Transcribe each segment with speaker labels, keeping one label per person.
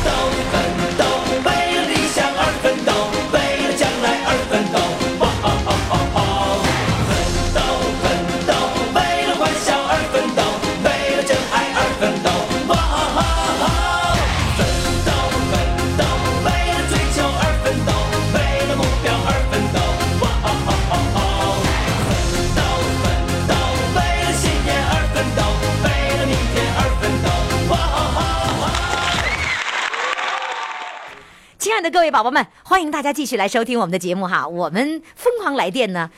Speaker 1: 奋斗，奋斗，为了理想而奋斗，为了将来而奋斗。哇哦哦哦哦！奋斗，奋斗，为了欢笑而奋斗，为了真爱而奋斗。哇哦哦哦！奋斗，奋斗，为了追求而奋斗，为了目标而奋斗。哇哦哦哦哦！奋斗，奋斗，为了信念而奋斗，为了明天而奋斗。哇哦哦哦！
Speaker 2: 亲爱的各位宝宝们，欢迎大家继续来收听我们的节目哈。我们疯狂来电呢，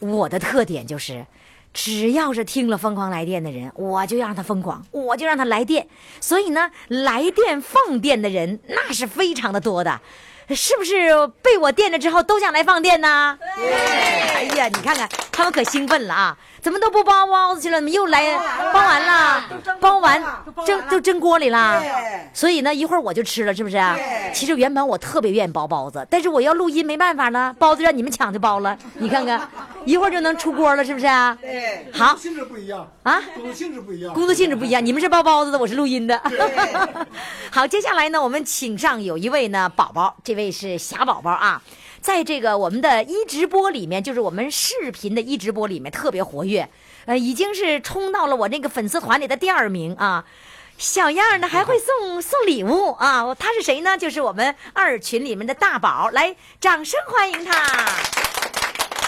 Speaker 2: 我的特点就是，只要是听了疯狂来电的人，我就让他疯狂，我就让他来电。所以呢，来电放电的人那是非常的多的。是不是被我电了之后都想来放电呢？哎呀，你看看他们可兴奋了啊！怎么都不包包子去了，怎么又来包完了？包完蒸就蒸锅里啦。所以呢，一会儿我就吃了，是不是啊？其实原本我特别愿意包包子，但是我要录音没办法了，包子让你们抢着包了。你看看，一会儿就能出锅了，是不是啊？
Speaker 3: 哎
Speaker 4: 对，
Speaker 2: 好
Speaker 4: 性质不一样
Speaker 2: 啊
Speaker 4: 工作性质不一样。
Speaker 2: 工作性质不一样，你们是包包子的，我是录音的。 好，接下来呢，我们请上有一位呢宝宝，这位是霞宝宝啊，在这个我们的一直播里面，就是我们视频的一直播里面特别活跃，呃，已经是冲到了我那个粉丝团里的第二名啊。小样儿呢，还会送送礼物啊！我他是谁呢？就是我们二群里面的大宝，来，掌声欢迎他！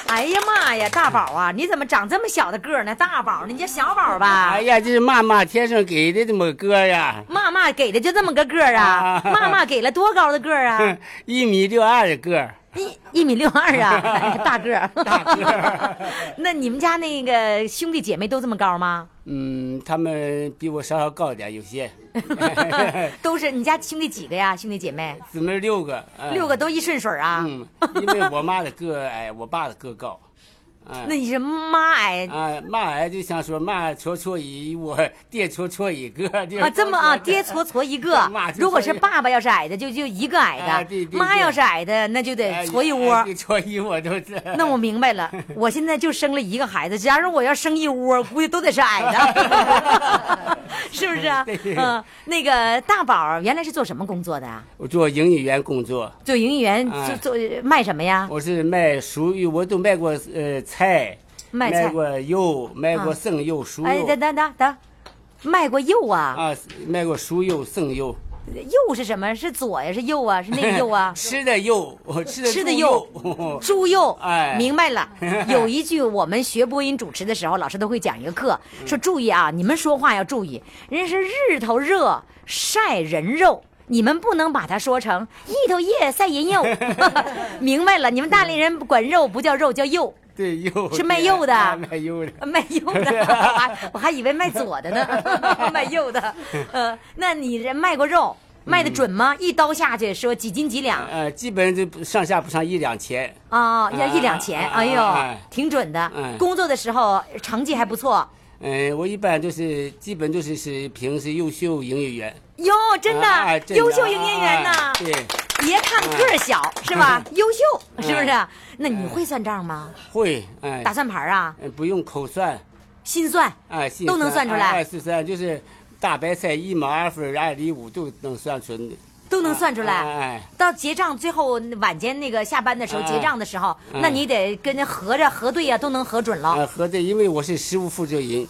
Speaker 2: 哎呀妈呀，大宝啊，你怎么长这么小的个儿呢？大宝，你叫小宝吧？
Speaker 5: 哎呀，这是妈妈天上给的这么歌呀，
Speaker 2: 妈妈给的就这么个个儿啊
Speaker 5: 啊！
Speaker 2: 妈妈给了多高的个 儿啊？
Speaker 5: 一米六二的个儿，
Speaker 2: 一一米六二啊， 哎大个儿。
Speaker 5: 大个儿
Speaker 2: 那你们家那个兄弟姐妹都这么高吗？
Speaker 5: 嗯，他们比我稍稍高点，有 些
Speaker 2: 都是你家兄弟几个呀？兄弟姐妹
Speaker 5: 姊妹六个，嗯
Speaker 2: 六个，都一顺水啊？
Speaker 5: 嗯，因为我妈的个儿矮，我爸的个儿高，啊
Speaker 2: 那你是妈哎矮
Speaker 5: 啊，妈矮就想说妈戳戳一，我爹戳戳一个，
Speaker 2: 啊？这 么啊，爹矬矬一个
Speaker 5: 妈。就
Speaker 2: 如果是
Speaker 5: 矬一
Speaker 2: 爸爸要是矮的，就就一个矮
Speaker 5: 哎对
Speaker 2: 的；
Speaker 5: 对
Speaker 2: 妈
Speaker 5: 对
Speaker 2: 要是矮的，那就得矬哎一窝。
Speaker 5: 哎戳一窝都是。
Speaker 2: 那我明白了，我现在就生了一个孩子，假如我要生一窝，估计都得是矮的， 是不是 啊？
Speaker 5: 对
Speaker 2: 嗯，那个大宝儿原来是做什么工作的啊？
Speaker 5: 我做营业员工作，
Speaker 2: 做营业员，
Speaker 5: 哎
Speaker 2: 做做卖什么呀？
Speaker 5: 我是卖熟肉，我都卖过呃菜，
Speaker 2: 卖菜
Speaker 5: 卖过肉，卖过生肉、熟
Speaker 2: 哎，
Speaker 5: 肉
Speaker 2: 等等等等，卖过柚啊？
Speaker 5: 啊，卖过熟肉、生肉，
Speaker 2: 柚是什么？是左呀？是右啊？是那个 柚啊？
Speaker 5: 吃的肉，我吃的
Speaker 2: 吃的
Speaker 5: 猪
Speaker 2: 柚
Speaker 5: 肉
Speaker 2: 猪柚，
Speaker 5: 哎
Speaker 2: 明白了。有一句我们学播音主持的时候，老师都会讲一个课，说注意啊，你们说话要注意，人家是日头热晒人肉。你们不能把它说成一头夜晒人肉， 明白了？你们大连人管肉不叫肉，叫肉，
Speaker 5: 对肉
Speaker 2: 是卖肉 的
Speaker 5: 啊卖肉的。
Speaker 2: 卖肉的。我还我还以为卖左的呢， 卖右的。呃，那你人卖过肉，卖的准吗？一刀下去说几斤几两？
Speaker 5: 呃，基本就不上下不上一两钱，
Speaker 2: 啊，要一两千，
Speaker 5: 啊
Speaker 2: 哎呦
Speaker 5: 哎，
Speaker 2: 挺准的
Speaker 5: 哎。
Speaker 2: 工作的时候成绩还不错，
Speaker 5: 嗯、我一般就是基本就是是平时优秀营业员，
Speaker 2: 哟，真
Speaker 5: 啊
Speaker 2: 的
Speaker 5: 真的
Speaker 2: 优秀营业员呐
Speaker 5: 啊！对，
Speaker 2: 别看个儿小是吧？优秀是不是
Speaker 5: 嗯哎？
Speaker 2: 那你会算账吗？
Speaker 5: 会，哎、
Speaker 2: 打算盘啊，
Speaker 5: 嗯不用口算，
Speaker 2: 心算
Speaker 5: 哎、心
Speaker 2: 都能算出来
Speaker 5: 二四三就是大白菜一毛二分二厘五都能算出来。
Speaker 2: 都能算出
Speaker 5: 哎哎
Speaker 2: 来
Speaker 5: 哎。
Speaker 2: 到结账最后晚间那个下班的时候
Speaker 5: 哎
Speaker 2: 结账的时候，
Speaker 5: 哎
Speaker 2: 那你得跟人合着核对呀，都能核准了
Speaker 5: 啊，合着因为我是实务负责人，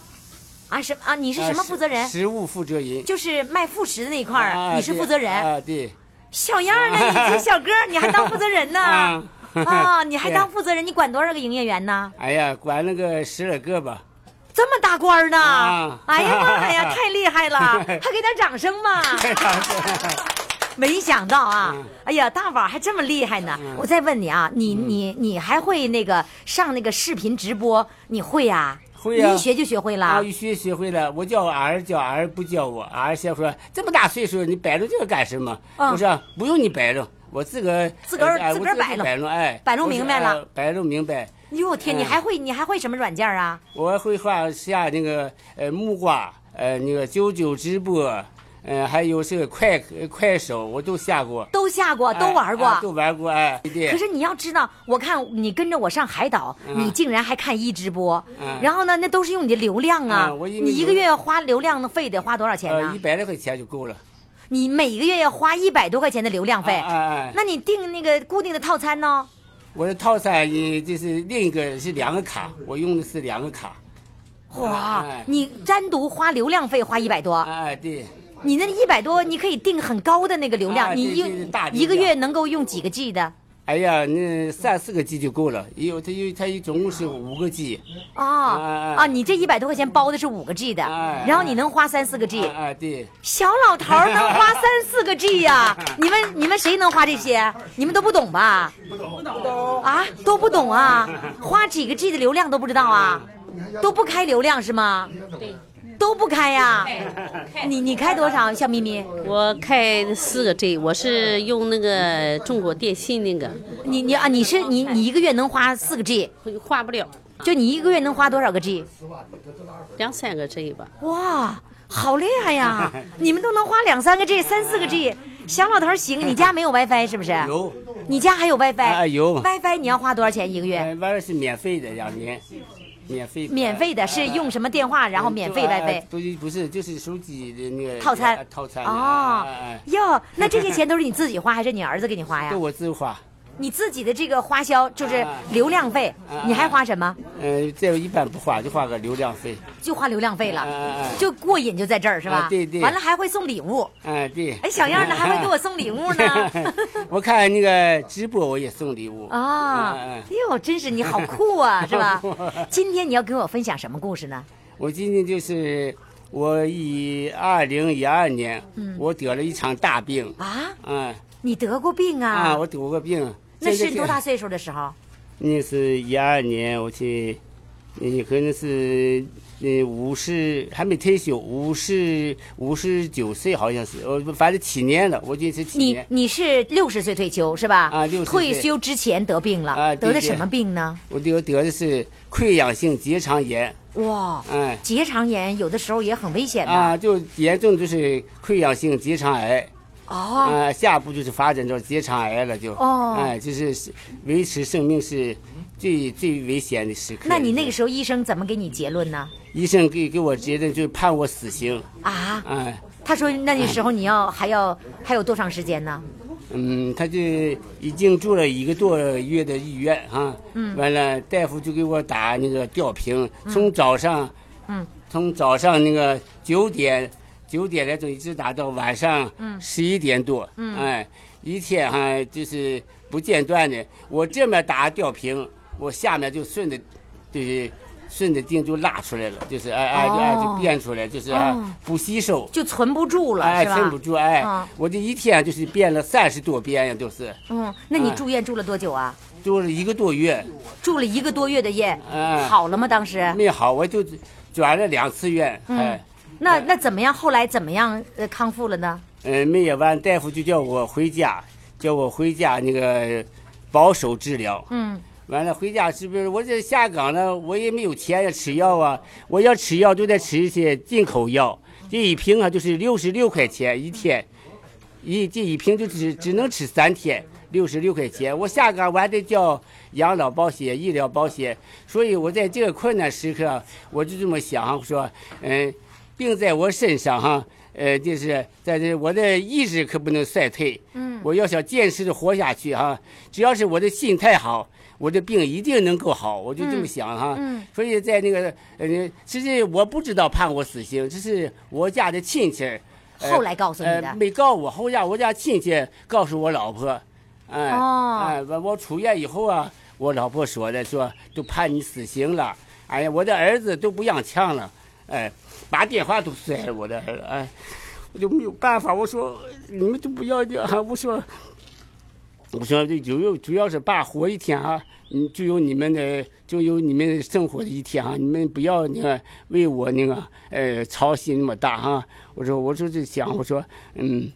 Speaker 2: 啊？什啊？你是
Speaker 5: 啊
Speaker 2: 什么负责人？
Speaker 5: 实务负责人，
Speaker 2: 就是卖副食的那一块儿，
Speaker 5: 啊
Speaker 2: 你是负责人。
Speaker 5: 啊？对，
Speaker 2: 小样儿 呢，你这小哥儿，你还当负责人呢？
Speaker 5: 啊
Speaker 2: 啊，你还
Speaker 5: 对
Speaker 2: 当负责人？你管多少个营业员呢？
Speaker 5: 哎呀，管那个十来个
Speaker 2: 啊
Speaker 5: 吧，
Speaker 2: 这么大官儿呢？
Speaker 5: 啊
Speaker 2: 哎呀 妈呀，太厉害了！还给点掌声吧。没想到啊，
Speaker 5: 嗯
Speaker 2: 哎呀，大宝还这么厉害呢！我再问你啊，
Speaker 5: 嗯
Speaker 2: 你你你还会那个上那个视频直播？你会呀、
Speaker 5: 会呀
Speaker 2: 你一学就学会了。
Speaker 5: 啊，学学会了，我叫儿叫儿不叫我儿，先说这么大岁数你摆弄这个干什么？
Speaker 2: 嗯
Speaker 5: 我说不用你摆弄，我自个儿
Speaker 2: 自个儿
Speaker 5: 哎
Speaker 2: 自
Speaker 5: 我
Speaker 2: 个儿摆弄
Speaker 5: 摆弄，哎，
Speaker 2: 摆弄明白了
Speaker 5: 我说，哎摆弄明白。
Speaker 2: 哟天，你还会你还会什么软件啊？
Speaker 5: 我会画下那个呃木瓜，呃那个九九直播，呃还有这个快呃快手，我都下过，
Speaker 2: 都下过，哦都玩过。
Speaker 5: 哎哎都玩过，哎，对
Speaker 2: 可是你要知道，我看你跟着我上海岛，
Speaker 5: 嗯
Speaker 2: 你竟然还看一直播，
Speaker 5: 嗯
Speaker 2: 然后呢，那都是用你的流量啊。
Speaker 5: 嗯我因为
Speaker 2: 你一个月花流量费得花多少钱呢、
Speaker 5: 呃一百来块钱就够了，
Speaker 2: 你每个月要花一百多块钱的流量费，
Speaker 5: 哎哎哎
Speaker 2: 那你订那个固定的套餐呢？
Speaker 5: 我的套餐也就是另一个是两个卡，我用的是两个卡，
Speaker 2: 哇，
Speaker 5: 哎
Speaker 2: 你单独花流量费花一百多，
Speaker 5: 哎对，
Speaker 2: 你那一百多你可以定很高的那个流量，
Speaker 5: 啊
Speaker 2: 你
Speaker 5: 对对对
Speaker 2: 用
Speaker 5: 大流量
Speaker 2: 一个月能够用几个 G 的？
Speaker 5: 哎呀那三四个 G 就够了，也有它有它一总共是五个 G，
Speaker 2: 哦
Speaker 5: 哎
Speaker 2: 啊，你这一百多块钱包的是五个 G 的
Speaker 5: 哎，
Speaker 2: 然后你能花三四个 G，
Speaker 5: 哎哎对，
Speaker 2: 小老头儿能花三四个 G 呀、你们你们谁能花这些？你们都不懂吧？不懂啊，都不懂啊，花几个 G 的流量都不知道啊，都不开流量是吗？都不开呀、你你开多少？笑眯眯，
Speaker 4: 我开四个 G，我是用那个中国电信那个，
Speaker 2: 你你啊，你是你你一个月能花四个 G，
Speaker 4: 花不了
Speaker 2: 就你一个月能花多少个 G？
Speaker 4: 两三个 G 吧。
Speaker 2: 哇，好厉害呀！你们都能花两三个 G、三四个 G，小老头儿行，你家没有 WiFi 是不是？
Speaker 5: 有，
Speaker 2: 你家还有 WiFi？、
Speaker 5: 哎有
Speaker 2: WiFi 你要花多少钱一个月？
Speaker 5: 哎玩的是免费的两年，免费的
Speaker 2: 免费的是用什么电话，然后免费
Speaker 5: 哎就哎
Speaker 2: WiFi
Speaker 5: 不是不是就是手机的那个
Speaker 2: 套
Speaker 5: 哎
Speaker 2: 餐？
Speaker 5: 套餐
Speaker 2: 哦
Speaker 5: 哎哎哎
Speaker 2: 哟，那这些钱都是你自己花还是你儿子给你花 呀
Speaker 5: 这？啊我自花，
Speaker 2: 你自己的这个花销就是
Speaker 5: 哎
Speaker 2: 流量费，你还花什么？
Speaker 5: 嗯、呃，这我一般不花，就花个流量费。
Speaker 2: 就花流量费
Speaker 5: 哎哎
Speaker 2: 了
Speaker 5: 哎，
Speaker 2: 就过瘾就在这儿是吧
Speaker 5: 哎？对对
Speaker 2: 完了还会送礼物，
Speaker 5: 哎、对。
Speaker 2: 哎，小样儿的还会给我送礼物呢。
Speaker 5: 我看那个直播，我也送礼物。
Speaker 2: 啊
Speaker 5: 嗯嗯，
Speaker 2: 哟，真是你好酷啊，是吧
Speaker 5: 好酷啊？
Speaker 2: 今天你要给我分享什么故事呢？
Speaker 5: 我今天就是我以二零一二年，我得了一场大病。
Speaker 2: 嗯啊，
Speaker 5: 嗯
Speaker 2: 你得过病
Speaker 5: 啊，
Speaker 2: 啊？
Speaker 5: 我得过病。
Speaker 2: 那
Speaker 5: 现
Speaker 2: 是
Speaker 5: 在
Speaker 2: 你多大岁数的时候？
Speaker 5: 那是一二年，我去，你可能是嗯五十还没退休，五十五十九岁好像是，我反正七年了，我记得是七
Speaker 2: 你
Speaker 5: 年。
Speaker 2: 你是六十岁退休是吧？
Speaker 5: 啊60岁
Speaker 2: 退休之前得病了，
Speaker 5: 啊对
Speaker 2: 得的什么病呢？
Speaker 5: 我得得的是溃疡性结肠炎，
Speaker 2: 哇，
Speaker 5: 哎、
Speaker 2: 结肠炎有的时候也很危险的、
Speaker 5: 啊，就严重就是溃疡性结肠癌，啊、
Speaker 2: 哦。
Speaker 5: 下一步就是发展到结肠癌了就，
Speaker 2: 哦
Speaker 5: 哎、就是维持生命是最最危险的时刻。
Speaker 2: 那你那个时候医生怎么给你结论呢？
Speaker 5: 医生给给我结论就是判我死刑，
Speaker 2: 啊，
Speaker 5: 哎、
Speaker 2: 他说那个时候你要还要还有多长时间呢？
Speaker 5: 嗯，他就已经住了一个多月的医院啊。嗯。完了，大夫就给我打那个吊瓶，从早上，
Speaker 2: 嗯，
Speaker 5: 从早上那个九点九点来钟一直打到晚上，嗯，十一点多，嗯，哎，一天哈、就是不间断的。我这面打吊瓶，我下面就顺着，就是顺着腚就拉出来了，就是哎哎就哎
Speaker 2: 哦
Speaker 5: 就变出来，就是、哎
Speaker 2: 哦
Speaker 5: 不吸收。
Speaker 2: 就存不住了，
Speaker 5: 哎，
Speaker 2: 是吧？
Speaker 5: 撑不住，哎，
Speaker 2: 嗯
Speaker 5: 我这一天就是变了三十多遍呀，都是
Speaker 2: 嗯，那你
Speaker 5: 哎
Speaker 2: 住院住了多久啊？
Speaker 5: 住了一个多月，
Speaker 2: 住了一个多月的院，
Speaker 5: 哎
Speaker 2: 好了吗？当时？
Speaker 5: 没好，我就转了两次院，
Speaker 2: 嗯
Speaker 5: 哎，
Speaker 2: 那那怎么样？后来怎么样？呃，康复了呢？
Speaker 5: 嗯，没有完，大夫就叫我回家，叫我回家那个保守治疗，
Speaker 2: 嗯，
Speaker 5: 完了回家是不是我这下岗了，我也没有钱呀，吃药啊，我要吃药就得吃一些进口药，这一瓶啊就是六十六块钱一天，一这一瓶就只只能吃三天，六十六块钱。我下岗我还得交养老保险、医疗保险，所以我在这个困难时刻，啊我就这么想说，嗯，病在我身上哈，呃，就是在这我的意志可不能衰退，嗯，我要想坚持的活下去哈，只要是我的心态好。我的病一定能够好，我就这么想哈。
Speaker 2: 嗯
Speaker 5: 所以在那个呃，其实我不知道判我死刑，这是我家的亲戚儿呃
Speaker 2: 后来告诉你的
Speaker 5: 呃没告我，后家我家亲戚告诉我老婆，哎、
Speaker 2: 哦
Speaker 5: 哎，我我出院以后啊，我老婆说的，说都判你死刑了，哎呀，我的儿子都不让呛了，哎，把电话都摔了我的儿子，哎，我就没有办法，我说你们都不要这样，我说。
Speaker 2: 啊
Speaker 5: 我说这主要主要是爸活一天啊，你就有你们的就有你们生活的一天啊，你们不要那个为我那个呃操心那么大啊。我说我说就想我说嗯，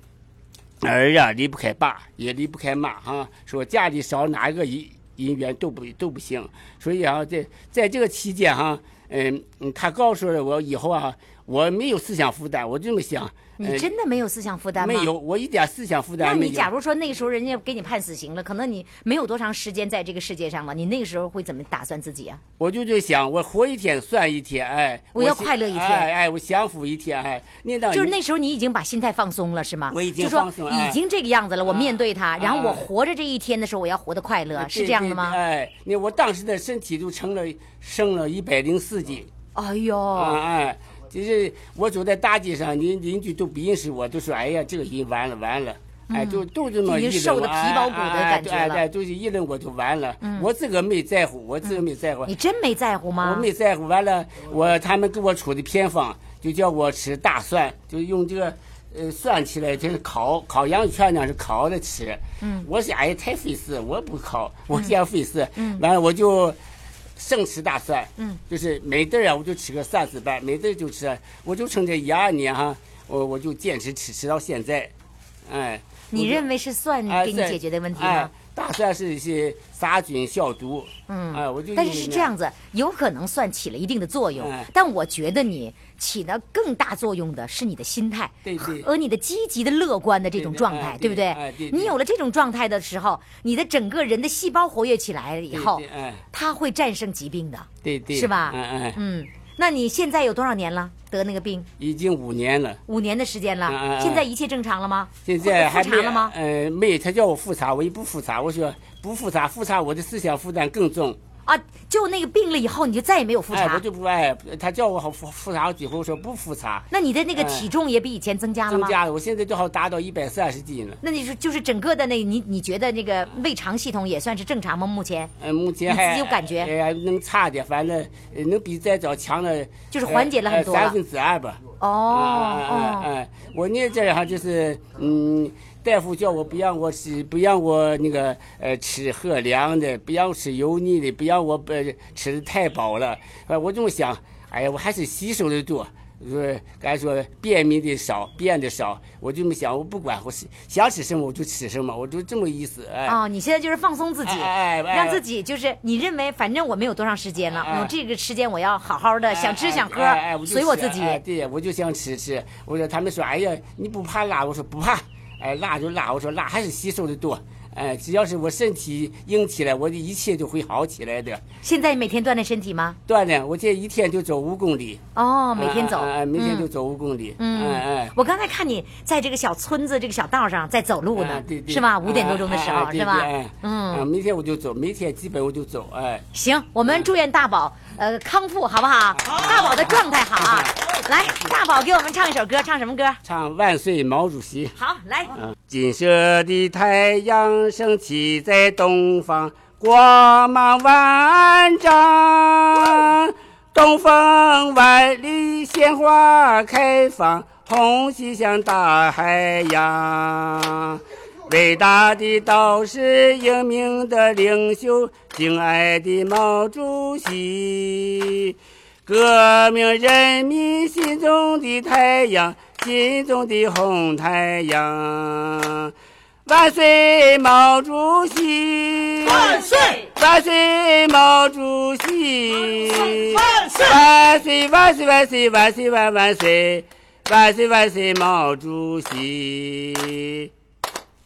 Speaker 5: 儿呀离不开爸，也离不开妈啊。说家里少哪一个一人员都不都不行。所以啊，在在这个期间哈、嗯嗯，他告诉了我以后啊，我没有思想负担，我这么想，
Speaker 2: 你
Speaker 5: 呃
Speaker 2: 真的没有思想负担吗？
Speaker 5: 没有，。我一点思想负
Speaker 2: 那
Speaker 5: 担没
Speaker 2: 你
Speaker 5: 有。
Speaker 2: 假如说那时候人家给你判死刑了，可能你没有多长时间在这个世界上了，你那个时候会怎么打算自己啊？
Speaker 5: 我就就想，我活一天算一天，哎，
Speaker 2: 我要
Speaker 5: 享
Speaker 2: 快乐一天
Speaker 5: 哎哎，我享福一天，哎，那当
Speaker 2: 就是那时候你已经把心态放松了，是吗？
Speaker 5: 我已经
Speaker 2: 就说
Speaker 5: 放松了哎
Speaker 2: 已经这个样子了，我面对它，然后我
Speaker 5: 哎
Speaker 2: 活着这一天的时候，我要活得快乐，
Speaker 5: 啊对
Speaker 2: 是这样的
Speaker 5: 对
Speaker 2: 吗？
Speaker 5: 哎，那我当时的身体就成了升了一百零四斤，
Speaker 2: 哎呦，
Speaker 5: 啊哎，就是我走在大街上，邻邻居都不认识我，都说哎呀，这个人完了完了。
Speaker 2: 嗯
Speaker 5: 哎，就都这么
Speaker 2: 已经
Speaker 5: 议论
Speaker 2: 瘦
Speaker 5: 我
Speaker 2: 得皮
Speaker 5: 哎
Speaker 2: 包骨的
Speaker 5: 哎
Speaker 2: 感觉
Speaker 5: 哎
Speaker 2: 了嗯
Speaker 5: 哎，都是议论我就完了。我自个儿没在乎，我自个儿没在乎。
Speaker 2: 你真没在乎
Speaker 5: 我
Speaker 2: 吗？
Speaker 5: 没在乎。完了，我他们给我出的偏方，就叫我吃大蒜，就用这个呃蒜起来，就是烤烤羊肉串呢是烤着吃。嗯，我想哎呀太费事，我不烤，我嫌费事。嗯，完了我就。生吃大蒜，嗯，就是每顿啊，我就吃个三四瓣，每顿就吃，我就从这一二年哈、我我就坚持吃，吃到现在，哎，
Speaker 2: 你
Speaker 5: 我就
Speaker 2: 认为是蒜
Speaker 5: 哎
Speaker 2: 给你
Speaker 5: 在
Speaker 2: 解决的问题
Speaker 5: 哎
Speaker 2: 吗？
Speaker 5: 大蒜是一些杀菌消毒，嗯哎，我就
Speaker 2: 但是
Speaker 5: 用
Speaker 2: 是
Speaker 5: 那
Speaker 2: 这样子，有可能蒜起了一定的作用，
Speaker 5: 哎
Speaker 2: 但我觉得你起的更大作用的是你的心态，
Speaker 5: 对对
Speaker 2: 和你的积极的、乐观的这种
Speaker 5: 对对
Speaker 2: 状态，
Speaker 5: 哎
Speaker 2: 不
Speaker 5: 对
Speaker 2: 对？
Speaker 5: 哎对对
Speaker 2: 你有了这种状态的时候，你的整个人的细胞活跃起来了以后，
Speaker 5: 对对哎
Speaker 2: 它会战胜疾病的，
Speaker 5: 对对，
Speaker 2: 是吧？
Speaker 5: 嗯嗯，
Speaker 2: 嗯，那你现在有多少年了？得那个病
Speaker 5: 已经五年了，
Speaker 2: 五年的时间了，
Speaker 5: 嗯嗯嗯
Speaker 2: 现在一切正常了吗？
Speaker 5: 现在还
Speaker 2: 复
Speaker 5: 没
Speaker 2: 查了吗？
Speaker 5: 呃，没，他叫我复查，我也不复查，我说不复查，复查我的思想负担更重。
Speaker 2: 啊，就那个病了以后，你就再也没有复
Speaker 5: 哎，
Speaker 2: 查。
Speaker 5: 我就不爱，他叫我好复复查，我最后说不复查，
Speaker 2: 那你的那个
Speaker 5: 哎
Speaker 2: 体重也比以前增加了
Speaker 5: 增
Speaker 2: 吗？
Speaker 5: 加了，我现在正好达到一百三十斤了。
Speaker 2: 那你说就是整个的那你你觉得那个胃肠系统也算是正常吗？目前
Speaker 5: 呃，目前
Speaker 2: 你自己
Speaker 5: 还
Speaker 2: 有感觉
Speaker 5: 哎呀，能差点，反正呃能比再早强了，
Speaker 2: 就是缓解了很多了
Speaker 5: 呃三分之二吧。哎
Speaker 2: 哦哦，
Speaker 5: 哎哎，我那阵儿哈就是，嗯，大夫叫我不让我吃，不让我那个呃吃喝凉的，不让我吃油腻的，不让我呃吃的太饱了。呃，我这么想，哎呀，我还是吸收的多。说该说便秘的少，便的少，我这么想，我不管，我是想吃什么我就吃什么，我就这么意思，哎，
Speaker 2: 哦，你现在就是放松自己，
Speaker 5: 哎哎哎
Speaker 2: 让自己就是你认为反正我没有多长时间了，
Speaker 5: 哎
Speaker 2: 我这个时间我要好好的，呃想吃想喝，
Speaker 5: 哎哎哎就
Speaker 2: 随我自
Speaker 5: 吃
Speaker 2: 己。
Speaker 5: 哎对呀，我就想吃吃。我说他们说，哎呀，你不怕辣？我说不怕。哎，辣就辣。我说辣还是吸收的多。哎，只要是我身体硬起来，我的一切就会好起来的。
Speaker 2: 现在每天锻炼身体吗？
Speaker 5: 锻炼，我这一天就走五公里。
Speaker 2: 哦，每天走，
Speaker 5: 哎哎哎每天就
Speaker 2: 嗯。
Speaker 5: 走五公里。
Speaker 2: 嗯
Speaker 5: 哎哎。
Speaker 2: 我刚才看你在这个小村子、这个小道上在走路呢
Speaker 5: 哎，对对
Speaker 2: 是吧？五点多钟的时候，
Speaker 5: 哎哎
Speaker 2: 是吧
Speaker 5: 对对哎？
Speaker 2: 嗯，
Speaker 5: 啊每天我就走，每天基本我就走，哎，
Speaker 2: 行，我们祝愿大宝呃康复，好不好？大宝的状态好啊！来，大宝给我们唱一首歌，唱什么歌？
Speaker 5: 唱《万岁毛主席》。
Speaker 2: 好，来，
Speaker 5: 金色的太阳升起在东方，光芒万丈。东风万里，鲜花开放，红旗向大海扬。伟大的导师，英明的领袖，敬爱的毛主席。革命人民心中的太阳，心中的红太阳。万岁，毛主席！万岁！万岁，毛主席！万岁！万岁！万岁！万岁！万岁！万万岁！万岁！万岁，毛主席！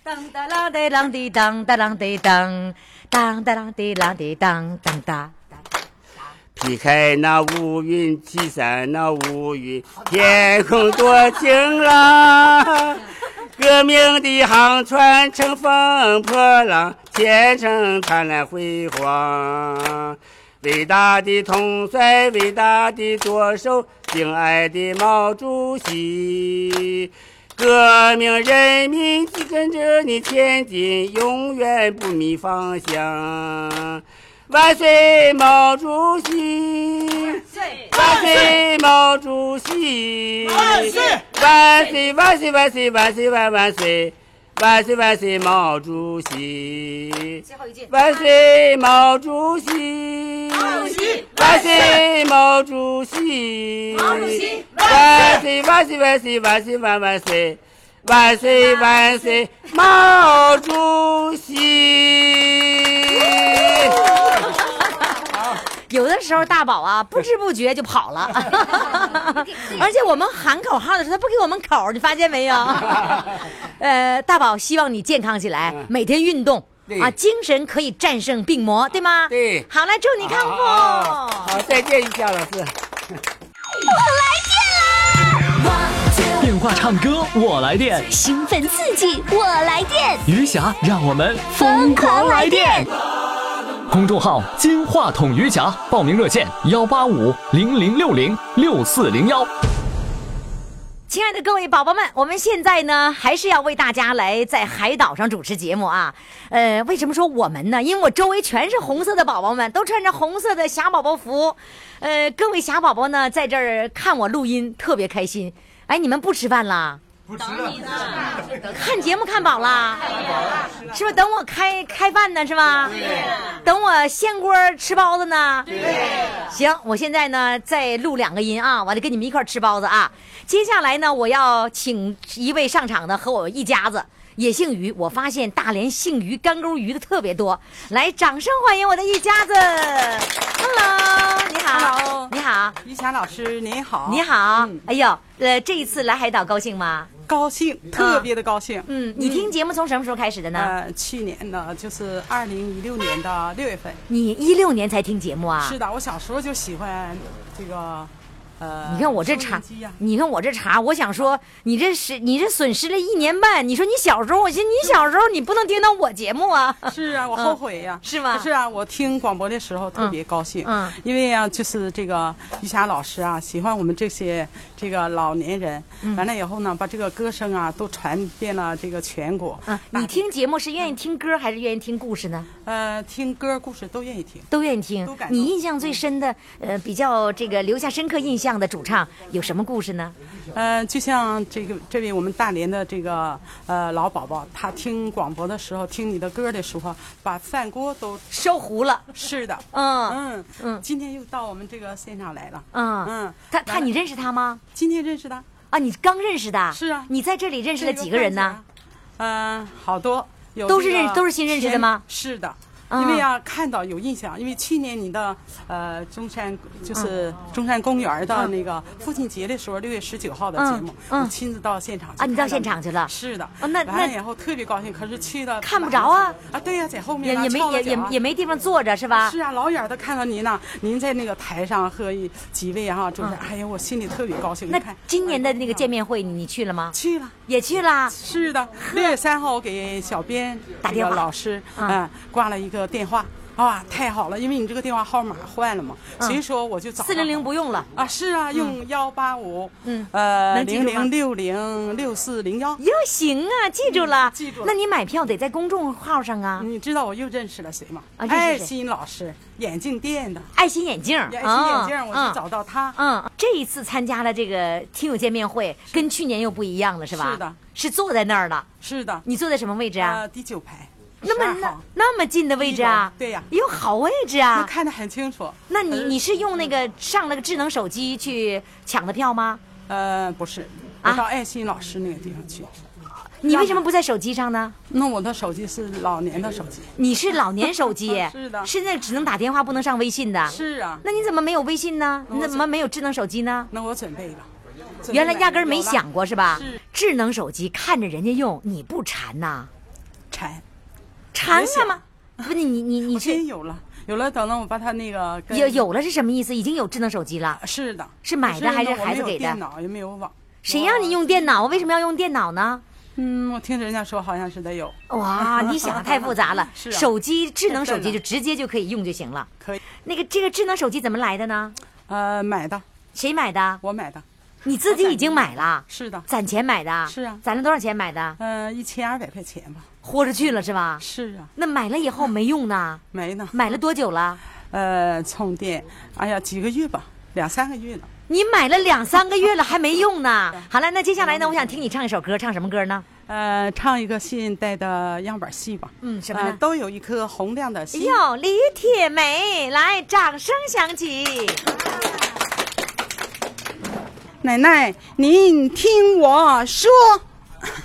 Speaker 2: 当当啷得啷滴当当啷滴当，当当啷滴啷滴当当当。
Speaker 5: 劈开那乌云，驱散那乌云，天空多晴朗。革命的航船乘风破浪，前程灿烂辉煌。伟大的统帅，伟大的左手，敬爱的毛主席。革命人民跟着你前进，永远不迷方向。万岁，毛主席！万岁，毛主席！万岁，万岁，万岁，万岁，万岁，万万岁！万岁，万岁，毛主席！
Speaker 2: 最后一句
Speaker 5: 万岁，毛主席！万岁，毛主席！万岁，万岁，万岁，万岁，万万岁！万岁，万岁，毛主席！
Speaker 2: 有的时候大宝啊，不知不觉就跑 了，而且我们喊口号的时候，他不给我们口儿，你发现 没有？呃，大宝希望你健康起来，每天运动
Speaker 5: 嗯对
Speaker 2: 啊，精神可以战胜病魔，对吗？
Speaker 5: 对啊
Speaker 2: 好了，祝你康复。
Speaker 5: 好，好再见一下，老师。
Speaker 6: 电话唱歌我来电，
Speaker 7: 兴奋刺激，我来电！
Speaker 6: 余霞让我们
Speaker 7: 疯狂来电！
Speaker 6: 公众号“金话筒余霞”，报名热线：幺八五零零六零六四零幺。
Speaker 2: 亲爱的各位宝宝们，我们现在呢还是要为大家来在海岛上主持节目啊。呃，为什么说我们呢？因为我周围全是红色的宝宝们，都穿着红色的霞宝宝服。呃，各位霞宝宝呢，在这儿看我录音，特别开心。哎，你们不吃饭啦？不吃了。看节目看饱啦？是不是等我开开饭呢？是吧？等我掀锅儿吃包子呢？行，我现在呢再录两个音啊，完了跟你们一块儿吃包子啊。接下来呢，我要请一位上场的和我一家子。也姓于，我发现大连姓于干沟鱼的特别多，来，掌声欢迎我的一家子。Hello，你好
Speaker 3: Hello
Speaker 2: 你好，
Speaker 3: 于霞老师您好，
Speaker 2: 你好。
Speaker 3: 嗯
Speaker 2: 哎呦，呃，这一次来海岛高兴吗？
Speaker 3: 高兴，特别的高兴。
Speaker 2: 嗯，你听节目从什么时候开始的呢？
Speaker 3: 呃，去年呢，就是二零一六年的六月份。
Speaker 2: 你一六年才听节目啊？
Speaker 3: 是的，我小时候就喜欢这个，呃，
Speaker 2: 你看我这
Speaker 3: 收音
Speaker 2: 查
Speaker 3: 机呀，
Speaker 2: 你看我这查，我想说，你这是你这损失了一年半。你说你小时候，我寻思你小时候你不能听到我节目啊。
Speaker 3: 是啊，我后悔呀、
Speaker 2: 是吗
Speaker 3: 是啊，我听广播的时候特别高兴，
Speaker 2: 嗯嗯嗯
Speaker 3: 因为啊，就是这个于霞老师啊，喜欢我们这些这个老年人，
Speaker 2: 嗯
Speaker 3: 完了以后呢，把这个歌声啊都传遍了这个全国，
Speaker 2: 嗯，你听节目是
Speaker 3: 嗯
Speaker 2: 愿意听歌还是愿意听故事呢？
Speaker 3: 呃，听歌故事都愿意听。
Speaker 2: 都愿意听
Speaker 3: 都。感动嗯
Speaker 2: 你印象最深的，呃，比较这个留下深刻印象的主唱有什么故事呢？
Speaker 3: 呃，就像这个这位我们大连的这个呃老宝宝，他听广播的时候，听你的歌的时候，把饭锅都
Speaker 2: 烧糊了。
Speaker 3: 吃的。
Speaker 2: 嗯
Speaker 3: 嗯
Speaker 2: 嗯
Speaker 3: 今天又到我们这个现场来了。
Speaker 2: 嗯
Speaker 3: 嗯，
Speaker 2: 他他
Speaker 3: 完了
Speaker 2: 你认识他吗？
Speaker 3: 今天认识的
Speaker 2: 啊，你刚认识的？
Speaker 3: 是啊
Speaker 2: 你在这里认识了几个人呢？？
Speaker 3: 嗯、呃，好多。有
Speaker 2: 都是
Speaker 3: 这个
Speaker 2: 认都是新认识的吗
Speaker 3: 前？是的。
Speaker 2: 嗯
Speaker 3: 因为啊，看到有印象，因为去年你的呃中山
Speaker 2: 嗯
Speaker 3: 就是中山公园的那个父亲节的时候，六月十九号的节目，
Speaker 2: 嗯嗯
Speaker 3: 我亲自到现场去
Speaker 2: 啊你到
Speaker 3: 看
Speaker 2: 现场去了
Speaker 3: 是的，
Speaker 2: 哦那
Speaker 3: 完了
Speaker 2: 那
Speaker 3: 以后特别高兴，可是去了
Speaker 2: 看不着啊
Speaker 3: 啊，对呀，在后
Speaker 2: 也
Speaker 3: 面啊
Speaker 2: 也没
Speaker 3: 翘着
Speaker 2: 也也
Speaker 3: 脚啊
Speaker 2: 也没地方坐着是吧？
Speaker 3: 是啊，老远的看到您呢，您在那个台上和一几位哈、主持人，哎呀，我心里特别高兴。
Speaker 2: 嗯那
Speaker 3: 你看
Speaker 2: 今年的那个见面会你你去了吗？
Speaker 3: 去了。
Speaker 2: 也去啦。
Speaker 3: 是的，六月三号我给小编
Speaker 2: 打电话
Speaker 3: 这个老师
Speaker 2: 嗯
Speaker 3: 嗯、挂了一个电话，啊，太好了，因为你这个电话号码换了嘛，所以说我就找
Speaker 2: 嗯四零零不
Speaker 3: 用
Speaker 2: 用了。
Speaker 3: 啊，是啊，用幺八五，
Speaker 2: 嗯
Speaker 3: 呃，
Speaker 2: 能记
Speaker 3: 零
Speaker 2: 住吗
Speaker 3: 零六零六四零幺，
Speaker 2: 哟，行啊，记住了。
Speaker 3: 嗯记住了嗯
Speaker 2: 那你买票得在公众号上啊。
Speaker 3: 你知道我又认识了谁吗？
Speaker 2: 啊认识
Speaker 3: 爱
Speaker 2: 谁
Speaker 3: 心老师，眼镜店的，
Speaker 2: 爱心眼镜儿，
Speaker 3: 眼心眼镜
Speaker 2: 啊
Speaker 3: 儿，我就找。到他，
Speaker 2: 嗯，嗯这一次参加了这个听友见面会，跟去年又不一样了，是吧？
Speaker 3: 是的，
Speaker 2: 是坐在那儿了。
Speaker 3: 是的，
Speaker 2: 你坐在什么位置啊？
Speaker 3: 啊，第九排，
Speaker 2: 那么
Speaker 3: 12
Speaker 2: 那啊
Speaker 3: 号
Speaker 2: 那么近的位置啊？
Speaker 3: 对呀呃
Speaker 2: 哟，好位置
Speaker 3: 那
Speaker 2: 啊！
Speaker 3: 看得很清楚。
Speaker 2: 那你你是用那
Speaker 3: 嗯
Speaker 2: 个上了个智能手机去抢的票吗？
Speaker 3: 呃，不是，
Speaker 2: 啊
Speaker 3: 我到爱心老师那个地方去。
Speaker 2: 你为什么不在手机上呢？
Speaker 3: 那我的手机是老年的手机。，
Speaker 2: 你是老年手机
Speaker 3: 是的
Speaker 2: 现在只能打电话，不能上微信的。
Speaker 3: 是啊，
Speaker 2: 那你怎么没有微信呢？你怎么没有智能手机呢？
Speaker 3: 那我准备吧。准备
Speaker 2: 原来压根儿
Speaker 3: 买
Speaker 2: 没
Speaker 3: 有了
Speaker 2: 想过是吧
Speaker 3: 是？
Speaker 2: 智能手机看着人家用，你不馋呐？
Speaker 3: 馋，
Speaker 2: 馋
Speaker 3: 没
Speaker 2: 干
Speaker 3: 想
Speaker 2: 嘛？不，你你你你
Speaker 3: 我
Speaker 2: 是
Speaker 3: 真有了，有了。等等，我把它那个跟
Speaker 2: 有有了是什么意思？已经有智能手机了，
Speaker 3: 是的，
Speaker 2: 是买的
Speaker 3: 可
Speaker 2: 还是
Speaker 3: 呢我
Speaker 2: 孩子
Speaker 3: 没有
Speaker 2: 给的
Speaker 3: 电脑也没有网。
Speaker 2: 谁让你用电脑？为什么要用电脑呢？
Speaker 3: 嗯，我听人家说好像是得有，。
Speaker 2: 哇，你想的太复杂了
Speaker 3: 是啊
Speaker 2: 手机智能手
Speaker 3: 太
Speaker 2: 机
Speaker 3: 笨
Speaker 2: 就
Speaker 3: 了
Speaker 2: 直接就可以用就行了。
Speaker 3: 可以。
Speaker 2: 那个这个智能手机怎么来的呢？
Speaker 3: 呃，买的，
Speaker 2: 谁买的？
Speaker 3: 我买的，
Speaker 2: 你自己已经买了，
Speaker 3: 是的，
Speaker 2: 攒钱买的。
Speaker 3: 是啊
Speaker 2: 攒了多少钱买的？
Speaker 3: 呃，一千二百块钱吧。
Speaker 2: 豁出去了是吧？
Speaker 3: 是啊，
Speaker 2: 那买了以后没用呢？
Speaker 3: 没呢。
Speaker 2: 买了多久了？
Speaker 3: 呃，充电，哎呀，几个月吧，两三个月了。
Speaker 2: 你买了两三个月了还没用呢。好了，那接下来呢？我想听你唱一首歌，唱什么歌呢？
Speaker 3: 呃，唱一个现代的样板戏吧。
Speaker 2: 嗯什么呢
Speaker 3: 呃都有一颗洪亮的心。
Speaker 2: 哟，李铁梅，来，掌声响起。
Speaker 3: 奶奶，您听我说，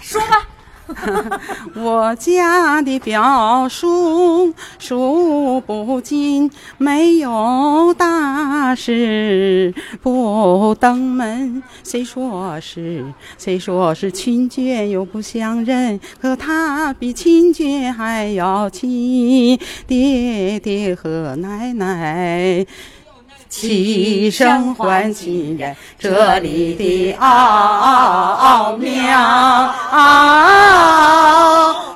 Speaker 2: 说吧，
Speaker 3: 我家的表叔数不尽，没有大事不登门。谁说是谁说是亲眷又不相认，可他比亲眷还要亲，爹爹和奶奶。齐声唤亲人，这里的奥妙，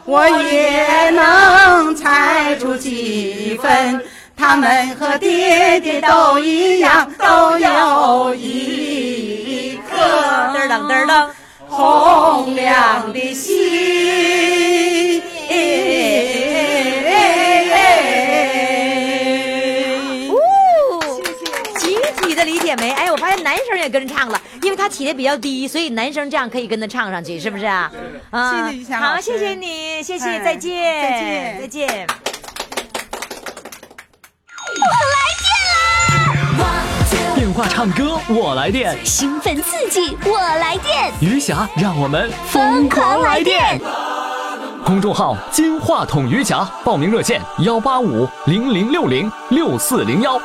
Speaker 3: 我也能猜出几分。他们和爹爹都一样，都有一颗
Speaker 2: 嘚儿噔嘚儿噔，
Speaker 3: 红亮的心。
Speaker 2: 集体的理解没？哎，我发现男生也跟着唱了，因为他起的比较低，所以男生这样可以跟着唱上去，是不是啊？啊
Speaker 3: 谢谢于霞
Speaker 2: 好，
Speaker 3: 老师
Speaker 2: 谢谢你，谢谢，
Speaker 3: 哎
Speaker 2: 再见，
Speaker 3: 再见
Speaker 2: 再见。
Speaker 6: 电话唱歌我来电，
Speaker 7: 兴奋刺激，我来电，
Speaker 6: 余霞让我们
Speaker 7: 疯狂来电！
Speaker 6: 公众号“金话筒余霞”，报名热线：幺八五零零六零六四零幺。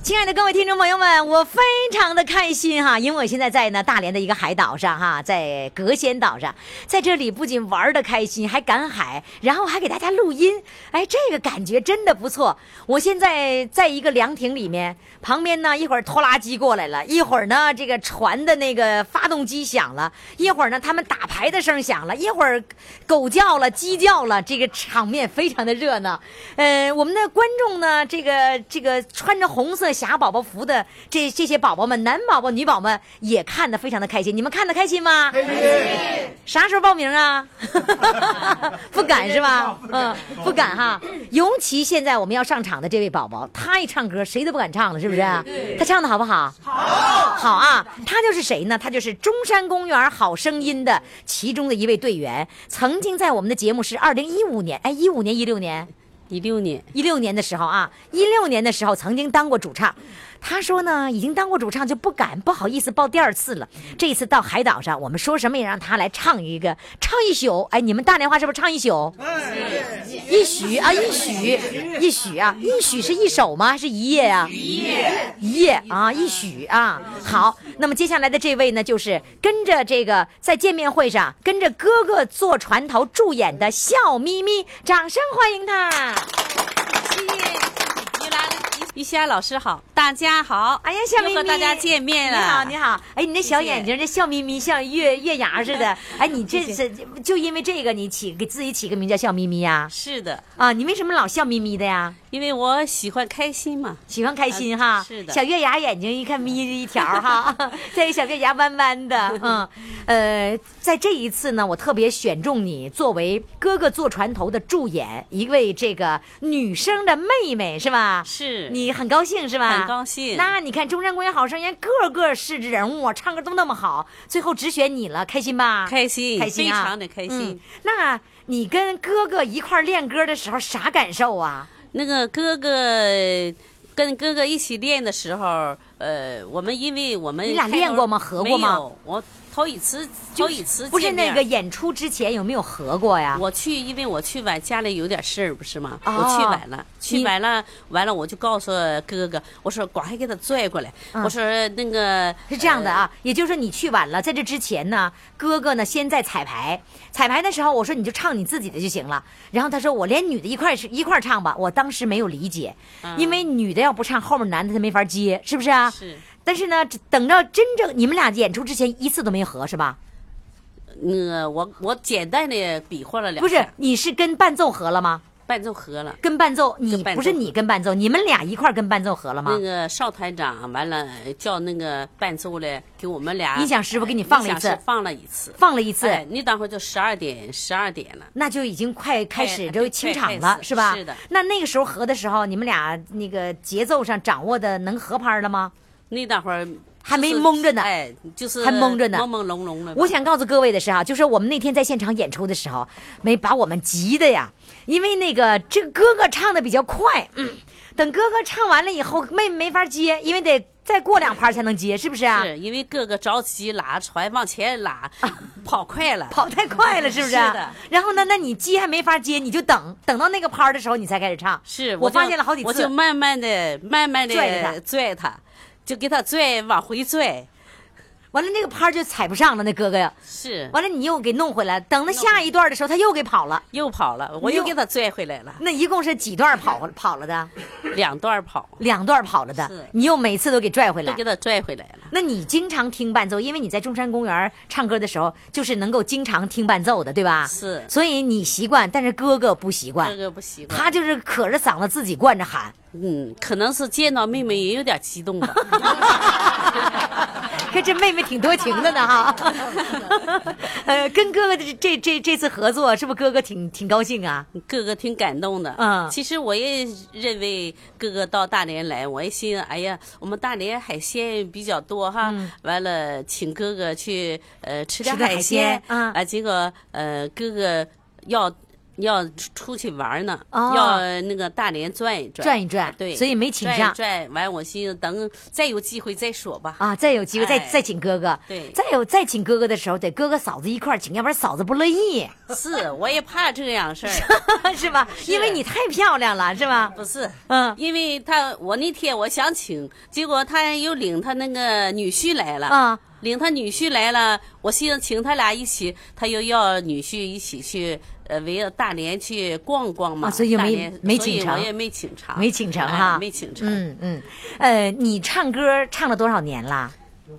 Speaker 2: 亲爱的各位听众朋友们，我非常的开心哈，因为我现在在呢大连的一个海岛上哈，在隔仙岛上，在这里不仅玩的开心，还赶海，然后还给大家录音，哎，这个感觉真的不错。我现在在一个凉亭里面，旁边呢一会儿拖拉机过来了，一会儿呢这个船的那个发动机响了，一会儿呢他们打牌的声响了，一会儿狗叫了，鸡叫了，这个场面非常的热闹。呃，我们的观众呢，这个这个穿着红色霞宝宝服的这这些宝宝们，男宝宝、女宝宝们也看得非常的开心。你们看得开心吗？开心。啥时候报名 啊？不敢是吧？嗯，不敢哈。尤其现在我们要上场的这位宝宝，他一唱歌谁都不敢唱了，是不是？他唱的好不好？好啊，他就是谁呢？他就是中山公园好声音的其中的一位队员，曾经在我们的节目是二零一五年，哎，一五年一六年。
Speaker 4: 一六年，
Speaker 2: 一六年的时候啊，一六年的时候曾经当过主唱。他说呢，已经当过主唱就不敢不好意思报第二次了。这一次到海岛上，我们说什么也让他来唱一个，唱一宿。哎，你们大连话是不是唱一宿？一宿啊，一宿，一宿啊，一宿是一首吗？还是一夜啊？一夜，一夜啊，一宿啊。好，那么接下来的这位呢，就是跟着这个在见面会上跟着哥哥坐船头助演的笑眯眯，掌声欢迎他。
Speaker 4: 谢谢于兰于霞老师好，大家好，
Speaker 2: 哎呀，小咪咪，
Speaker 4: 又和大家见面了，
Speaker 2: 你好，你好。哎，你那小眼睛，这笑眯眯，像月月牙似的。哎，你这
Speaker 4: 谢
Speaker 2: 是就因为这个，你起给自己起个名叫笑眯眯呀？
Speaker 4: 是的，
Speaker 2: 啊，你为什么老笑眯眯的呀？
Speaker 4: 因为我喜欢开心嘛，
Speaker 2: 喜欢开心哈，
Speaker 4: 啊是的
Speaker 2: 小月牙眼睛一看眯着一条 哈，再有小月牙弯弯的，嗯，呃，在这一次呢，我特别选中你作为哥哥坐船头的助演，一位这个女生的妹妹是吧？
Speaker 4: 是
Speaker 2: 你很高兴是吧？
Speaker 4: 很高兴
Speaker 2: 那你看中山公园好声音，个个是人物，唱歌都那么好，最后只选你了，开心吧？
Speaker 4: 开心，
Speaker 2: 开心啊
Speaker 4: 非常的开心。
Speaker 2: 嗯那你跟哥哥一块儿练歌的时候啥感受啊？
Speaker 4: 那个哥哥跟哥哥一起练的时候，呃，我们因为我们
Speaker 2: 你俩
Speaker 4: 开头
Speaker 2: 练过吗合过吗
Speaker 4: 没有，我头一次头一次
Speaker 2: 不是
Speaker 4: 见面
Speaker 2: 那个演出之前有没有合过呀？
Speaker 4: 我去，因为我去晚，家里有点事儿，不是吗？
Speaker 2: 哦
Speaker 4: 我去晚了，去
Speaker 2: 你
Speaker 4: 晚了，完了我就告诉哥哥，我说赶快给他拽过来，
Speaker 2: 嗯
Speaker 4: 我说那个
Speaker 2: 是这样的啊，
Speaker 4: 哎
Speaker 2: 也就是说你去晚了，在这之前呢，哥哥呢先在彩排，彩排的时候我说你就唱你自己的就行了，然后他说我连女的一块儿是一块儿唱吧，我当时没有理解，因为女的要不唱，后面男的他没法接，是不是啊？
Speaker 4: 嗯是。
Speaker 2: 但是呢，这等到真正你们俩演出之前一次都没合是吧？
Speaker 4: 呃那个我我简单的比划了两
Speaker 2: 不
Speaker 4: 下，
Speaker 2: 是，你是跟伴奏合了吗？
Speaker 4: 伴奏合了。
Speaker 2: 跟伴奏，你
Speaker 4: 跟伴奏
Speaker 2: 不是你跟伴奏，你们俩一块儿跟伴奏合了吗
Speaker 4: 那？个邵团长完了叫那个伴奏嘞，给我们俩
Speaker 2: 音响师傅给你放了一
Speaker 4: 音响
Speaker 2: 次
Speaker 4: 师，放了一次，
Speaker 2: 放了一次，
Speaker 4: 哎，那当会儿就十二点，十二点了。
Speaker 2: 那就已经快开始
Speaker 4: 哎
Speaker 2: 就清场
Speaker 4: 快
Speaker 2: 了
Speaker 4: 开，始
Speaker 2: 是吧？
Speaker 4: 是的
Speaker 2: 那那个时候合的时候，你们俩那个节奏上掌握的能合拍了吗？
Speaker 4: 那大伙儿就是
Speaker 2: 还没蒙着呢
Speaker 4: 哎，就是
Speaker 2: 还蒙着呢
Speaker 4: 朦朦胧胧的吧。
Speaker 2: 我想告诉各位的是啊，就是我们那天在现场演出的时候，没把我们急的呀，因为那个这个哥哥唱的比较快，嗯，等哥哥唱完了以后，妹妹没法接，因为得再过两拍才能接，是不是啊？
Speaker 4: 是因为哥哥着急拉船往前拉， 跑快了，
Speaker 2: 跑太快了，是不是？
Speaker 4: 是的。
Speaker 2: 然后呢，那你接还没法接，你就等等到那个拍儿的时候，你才开始唱。
Speaker 4: 是
Speaker 2: 我
Speaker 4: 就
Speaker 2: 发现了好几次。
Speaker 4: 我就慢慢的、慢慢的
Speaker 2: 拽着他
Speaker 4: 拽他，就给他拽往回拽，
Speaker 2: 完了，那个拍儿就踩不上了，那哥哥呀。
Speaker 4: 是
Speaker 2: 完了，你又给弄回来，等到下一段的时候，他又给跑了。
Speaker 4: 又跑了，我
Speaker 2: 你
Speaker 4: 又
Speaker 2: 又
Speaker 4: 给他拽回来了，
Speaker 2: 那一共是几段跑跑了的？
Speaker 4: 两段跑
Speaker 2: 两段跑了的
Speaker 4: 是，
Speaker 2: 你又每次都给拽回
Speaker 4: 都
Speaker 2: 来
Speaker 4: 给。他拽回来了。
Speaker 2: 那你经常听伴奏，因为你在中山公园唱歌的时候，就是能够经常听伴奏的，对吧？
Speaker 4: 是嗯
Speaker 2: 所以你习惯，但是哥哥不习
Speaker 4: 哥
Speaker 2: 惯，
Speaker 4: 哥不习惯，
Speaker 2: 啊他就是可着嗓子自己惯着喊。
Speaker 4: 嗯，可能是见到妹妹也有点激动吧。
Speaker 2: 可这妹妹挺多情的呢哈， 呃，跟哥哥这这这这次合作，是不是哥哥挺挺高兴啊？
Speaker 4: 哥哥挺感动的，
Speaker 2: 嗯
Speaker 4: 其实我也认为哥哥到大连来，我也心想，哎呀，我们大连海鲜比较多哈，完了请哥哥去呃吃
Speaker 2: 嗯
Speaker 4: 点
Speaker 2: 吃点海
Speaker 4: 鲜
Speaker 2: 鲜啊
Speaker 4: 结果呃哥哥要要出出去玩呢，
Speaker 2: 哦
Speaker 4: 要那个大连转一转，
Speaker 2: 转一转
Speaker 4: 对，
Speaker 2: 所以没请
Speaker 4: 转
Speaker 2: 上
Speaker 4: 一转完，我心想等再有机会再 说吧，
Speaker 2: 啊，再有机会再、
Speaker 4: 哎
Speaker 2: 再请哥哥，
Speaker 4: 对
Speaker 2: 再有再请哥哥的时候，得哥哥嫂子一块儿请，要不然嫂子不乐意，
Speaker 4: 是，我也怕这样事儿，
Speaker 2: 是吧？因为你太漂亮了，是吧？
Speaker 4: 不是，
Speaker 2: 嗯
Speaker 4: 因为他我那天我想请，结果他又领他那个女婿来了
Speaker 2: 啊，
Speaker 4: 领他女婿来了，我寻思请他俩一起，他又要女婿一起去呃围着大连去逛逛嘛，
Speaker 2: 啊所以
Speaker 4: 大
Speaker 2: 没
Speaker 4: 连
Speaker 2: 没
Speaker 4: 所以
Speaker 2: 请成
Speaker 4: 我也没请成，
Speaker 2: 没请成
Speaker 4: 哎
Speaker 2: 哈
Speaker 4: 没请成，
Speaker 2: 嗯嗯，呃，你唱歌唱了多少年啦？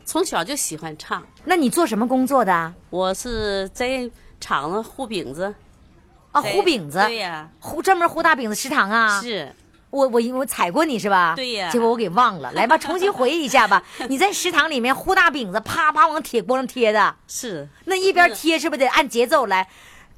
Speaker 4: 从小就喜欢唱，
Speaker 2: 那你做什么工作的啊？
Speaker 4: 我是在厂子糊饼子，
Speaker 2: 啊，
Speaker 4: 在
Speaker 2: 糊饼子，
Speaker 4: 对呀、
Speaker 2: 糊专门糊大饼子食堂啊。
Speaker 4: 是
Speaker 2: 我我我踩过你是吧？
Speaker 4: 对呀
Speaker 2: 结果我给忘了，来吧，重新回忆一下吧。你在食堂里面糊大饼子，啪啪往铁锅上贴的，
Speaker 4: 是。
Speaker 2: 那一
Speaker 4: 嗯
Speaker 2: 边贴是不是得按节奏来？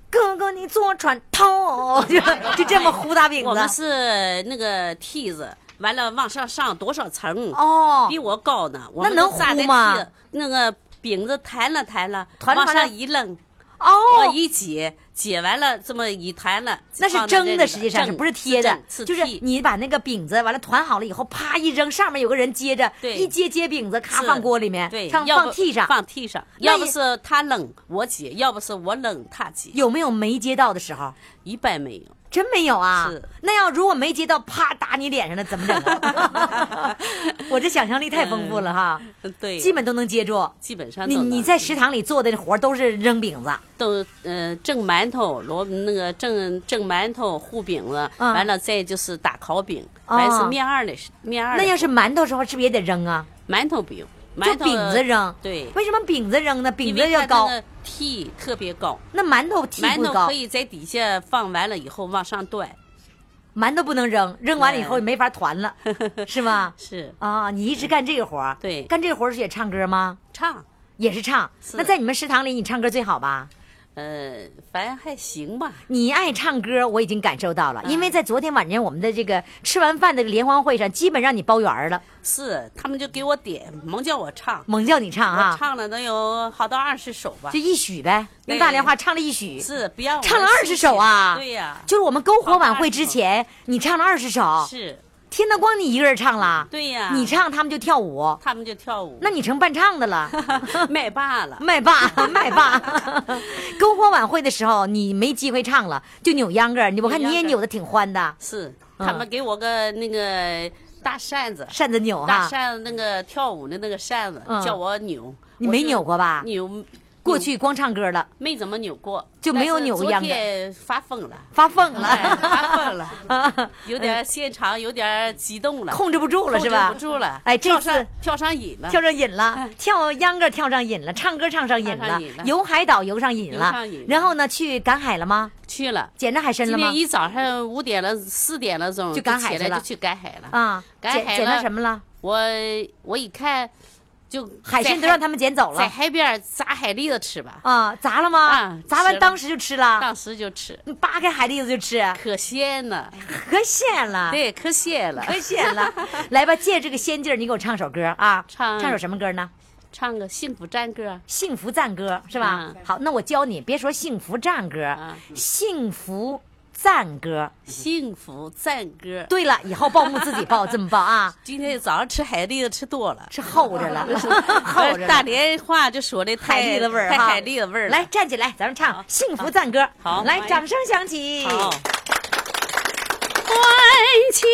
Speaker 2: 哥哥，你坐船 头，就就这么糊大饼
Speaker 4: 我们
Speaker 2: 子。
Speaker 4: 是那个屉子，完了往上上多少层？
Speaker 2: 哦
Speaker 4: 比我高呢。我
Speaker 2: 那
Speaker 4: 们都
Speaker 2: 能
Speaker 4: 扎
Speaker 2: 糊
Speaker 4: 在
Speaker 2: 吗
Speaker 4: 屉那个饼子弹了弹了，
Speaker 2: 团
Speaker 4: 往
Speaker 2: 团
Speaker 4: 上
Speaker 2: 的
Speaker 4: 一扔，往
Speaker 2: 哦，
Speaker 4: 一解，解完了这么一弹了，
Speaker 2: 那是
Speaker 4: 放在
Speaker 2: 蒸
Speaker 4: 这
Speaker 2: 的，
Speaker 4: 里
Speaker 2: 实际上是
Speaker 4: 蒸
Speaker 2: 不是贴的
Speaker 4: 蒸？是
Speaker 2: 就是
Speaker 4: 屉
Speaker 2: 你把那个饼子完了团好了以后，啪一扔，上面有个人接着，
Speaker 4: 对
Speaker 2: 一接接饼子，咔
Speaker 4: 是
Speaker 2: 放锅里面，
Speaker 4: 对，
Speaker 2: 上
Speaker 4: 要
Speaker 2: 放
Speaker 4: 不
Speaker 2: 屉上。
Speaker 4: 放屉上，
Speaker 2: 那
Speaker 4: 要不
Speaker 2: 也
Speaker 4: 是他扔我解，要不是我扔他解，
Speaker 2: 有没有没接到的时候？
Speaker 4: 一般没有。
Speaker 2: 真没有啊？
Speaker 4: 是
Speaker 2: 那要如果没接到，啪打你脸上了，怎么整 啊？我这想象力太丰富了哈，
Speaker 4: 嗯对，
Speaker 2: 基本都能接住。
Speaker 4: 基本上
Speaker 2: 你
Speaker 4: 都
Speaker 2: 你
Speaker 4: 能
Speaker 2: 在食堂里做的活儿都是扔饼子，
Speaker 4: 都呃蒸馒头、罗那个蒸蒸馒头、糊饼子，
Speaker 2: 嗯
Speaker 4: 完了再就是打烤饼，
Speaker 2: 哦
Speaker 4: 完是面二的面二的。
Speaker 2: 那要是馒头时候是不是也得扔啊？
Speaker 4: 馒头不用，
Speaker 2: 就
Speaker 4: 馒头
Speaker 2: 饼子扔。
Speaker 4: 对，
Speaker 2: 为什么饼子扔呢？饼
Speaker 4: 因
Speaker 2: 子
Speaker 4: 为它
Speaker 2: 要高，
Speaker 4: 那个屉特别高，
Speaker 2: 那馒头屉
Speaker 4: 馒
Speaker 2: 不
Speaker 4: 头
Speaker 2: 高
Speaker 4: 可，以在底下放完了以后往上端，
Speaker 2: 馒头不能扔，扔完了以后也没法团了， 是吧？
Speaker 4: 是
Speaker 2: 啊，你一直干这个活儿
Speaker 4: 对
Speaker 2: 干这个活儿是也唱歌吗？
Speaker 4: 唱，
Speaker 2: 也是唱。
Speaker 4: 是
Speaker 2: 那在你们食堂里，你唱歌最好吧？
Speaker 4: 呃，反正还行吧。
Speaker 2: 你爱唱歌，我已经感受
Speaker 4: 啊
Speaker 2: 到了，因为在昨天晚上我们的这个吃完饭的联欢会上，基本让你包圆儿了，
Speaker 4: 是，他们就给我点，猛叫我唱，
Speaker 2: 猛叫你唱啊
Speaker 4: 我，唱了能有好到二十首吧
Speaker 2: 就。一曲呗，
Speaker 4: 对
Speaker 2: 用大连话唱了一曲，
Speaker 4: 是，不让我
Speaker 2: 唱了
Speaker 4: 们
Speaker 2: 二十首啊，
Speaker 4: 休息对呀、
Speaker 2: 就是我们篝火晚会之
Speaker 4: 唱了20首
Speaker 2: 前，你唱了二十首，
Speaker 4: 是，
Speaker 2: 天呐，光你一个人唱了，
Speaker 4: 对呀
Speaker 2: 哦你唱他们就跳舞，
Speaker 4: 他们就跳舞。
Speaker 2: 那你成伴唱的了，
Speaker 4: 麦霸了，
Speaker 2: 麦霸 麦霸，篝火晚会的时候你没机会唱了，就扭秧歌儿，你我看
Speaker 4: 扭秧
Speaker 2: 你也扭
Speaker 4: 歌儿
Speaker 2: 的挺欢的，
Speaker 4: 是
Speaker 2: 嗯
Speaker 4: 他们给我个那个大扇子，
Speaker 2: 扇子扭
Speaker 4: 大
Speaker 2: 哈，
Speaker 4: 扇子那个跳舞的那个扇子
Speaker 2: 嗯，
Speaker 4: 叫我扭，
Speaker 2: 你
Speaker 4: 我
Speaker 2: 没
Speaker 4: 就
Speaker 2: 扭过吧
Speaker 4: 扭
Speaker 2: 过去光唱歌了。
Speaker 4: 没怎么扭过，
Speaker 2: 就没有
Speaker 4: 但是
Speaker 2: 扭过
Speaker 4: 昨
Speaker 2: 秧歌
Speaker 4: 天发疯 了，
Speaker 2: 发疯了，
Speaker 4: 哎发疯了
Speaker 2: 啊
Speaker 4: 有点现场有点激动了，
Speaker 2: 控制不住了是吧
Speaker 4: 控制不住了，
Speaker 2: 哎这
Speaker 4: 跳
Speaker 2: 次
Speaker 4: 上跳上瘾了，
Speaker 2: 跳上瘾了
Speaker 4: 哎，
Speaker 2: 跳秧歌跳上瘾了，唱歌唱上瘾
Speaker 4: 唱
Speaker 2: 了
Speaker 4: 上瘾，了
Speaker 2: 游海岛游上瘾
Speaker 4: 游
Speaker 2: 了
Speaker 4: 上瘾，了
Speaker 2: 然后呢，去赶海了吗？
Speaker 4: 去了。
Speaker 2: 捡着海参
Speaker 4: 今
Speaker 2: 了吗
Speaker 4: 天？一早上五点了，四点了钟
Speaker 2: 就赶海
Speaker 4: 起
Speaker 2: 去
Speaker 4: 来
Speaker 2: 了
Speaker 4: 就去赶海了。
Speaker 2: 啊，
Speaker 4: 赶
Speaker 2: 捡
Speaker 4: 海
Speaker 2: 捡到
Speaker 4: 了
Speaker 2: 什么了？
Speaker 4: 我我一看，就
Speaker 2: 海参都让他们捡走
Speaker 4: 在
Speaker 2: 了
Speaker 4: 海边砸海蛎子吃吧，
Speaker 2: 啊，砸了吗
Speaker 4: 啊？
Speaker 2: 砸完
Speaker 4: 吃了
Speaker 2: 当时就吃了，
Speaker 4: 当时就吃，
Speaker 2: 你扒开海蛎子就吃，
Speaker 4: 可鲜
Speaker 2: 哎
Speaker 4: 了，
Speaker 2: 可鲜了，
Speaker 4: 对，可鲜了。
Speaker 2: 可鲜 了。来吧，借这个仙劲儿，你给我唱首歌啊，
Speaker 4: 唱
Speaker 2: 唱首什么歌呢？
Speaker 4: 唱个幸福赞歌，
Speaker 2: 幸福赞歌是吧
Speaker 4: 嗯？
Speaker 2: 好，那我教你，别说幸福赞歌
Speaker 4: 啊，
Speaker 2: 幸福赞歌。
Speaker 8: 嗯幸福赞歌。
Speaker 2: 对了，以后报幕自己报，这么报 啊，
Speaker 8: 今天早上吃海蛎子吃多 了，
Speaker 2: 是厚着了， 厚着了
Speaker 8: 大连话就说的太
Speaker 2: 海蛎子味儿
Speaker 8: 太
Speaker 2: 哈，
Speaker 8: 海蛎子味儿了。
Speaker 2: 来，站起来，咱们唱《幸福赞歌》。
Speaker 8: 好
Speaker 2: 来，
Speaker 8: 好
Speaker 2: 掌声响起。
Speaker 8: 好。欢庆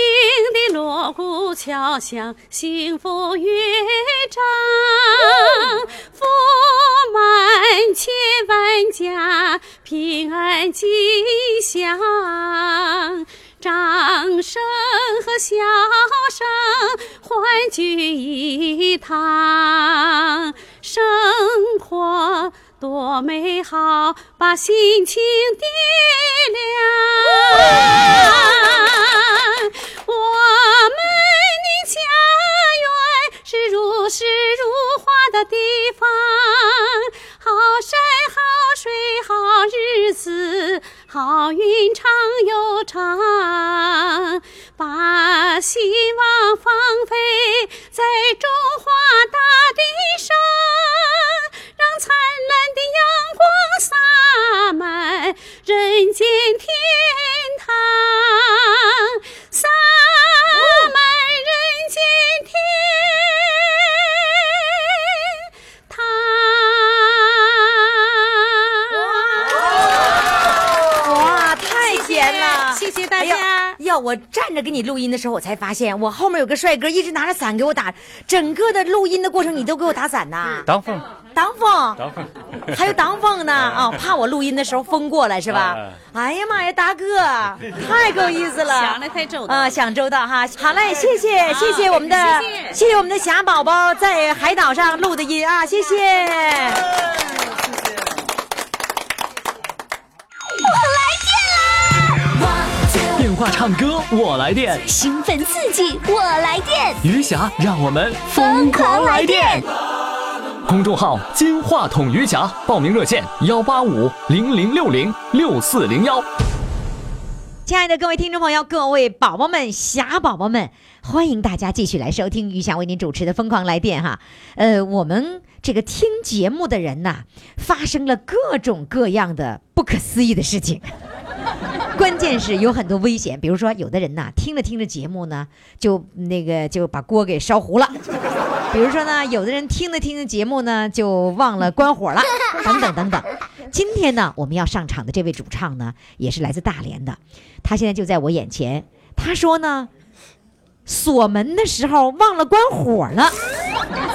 Speaker 8: 的锣鼓敲响，幸福乐章，福满千万家，平安吉祥。掌声和笑声欢聚一堂，生活多美好，把心情点亮。我们的家园是如诗如画的地方，好山好水好日子，好运常又长，把希望放飞在中华大地上，让灿烂的阳光洒满人间天堂，洒满人间天堂。
Speaker 2: 哇，太甜了！
Speaker 8: 谢谢谢谢大家
Speaker 2: 哎呦呀，我站着给你录音的时候，我才发现我后面有个帅哥一直拿着伞给我打，整个的录音的过程你都给我打伞呐。
Speaker 1: 挡风，
Speaker 2: 挡风，
Speaker 1: 挡风，
Speaker 2: 还有挡风呢啊！怕我录音的时候风过来是吧
Speaker 1: 啊？
Speaker 2: 哎呀妈呀，达哥太够意思了，
Speaker 8: 想得太周到
Speaker 2: 啊！想周到哈。好嘞，谢谢谢谢我们的
Speaker 8: 谢谢
Speaker 2: 谢谢我们的霞宝宝在海岛上录的音啊，谢谢。
Speaker 9: 电话唱歌我来电，
Speaker 10: 兴奋刺激，我来电！
Speaker 9: 余霞让我们
Speaker 10: 疯狂来电！
Speaker 9: 公众号“金话筒余霞”，报名热线：幺八五零零六零六四零幺。
Speaker 2: 亲爱的各位听众朋友，各位宝宝们、侠宝宝们，欢迎大家继续来收听于霞为您主持的《疯狂来电》哈。呃，我们这个听节目的人呐、发生了各种各样的不可思议的事情。 关键是有很多危险，比如说有的人呐、听着听着节目呢，就那个就把锅给烧糊了；比如说呢，有的人听着听着节目呢，就忘了关火了，等等等等。今天呢，我们要上场的这位主唱呢，也是来自大连的，他现在就在我眼前。他说呢，锁门的时候忘了关火了，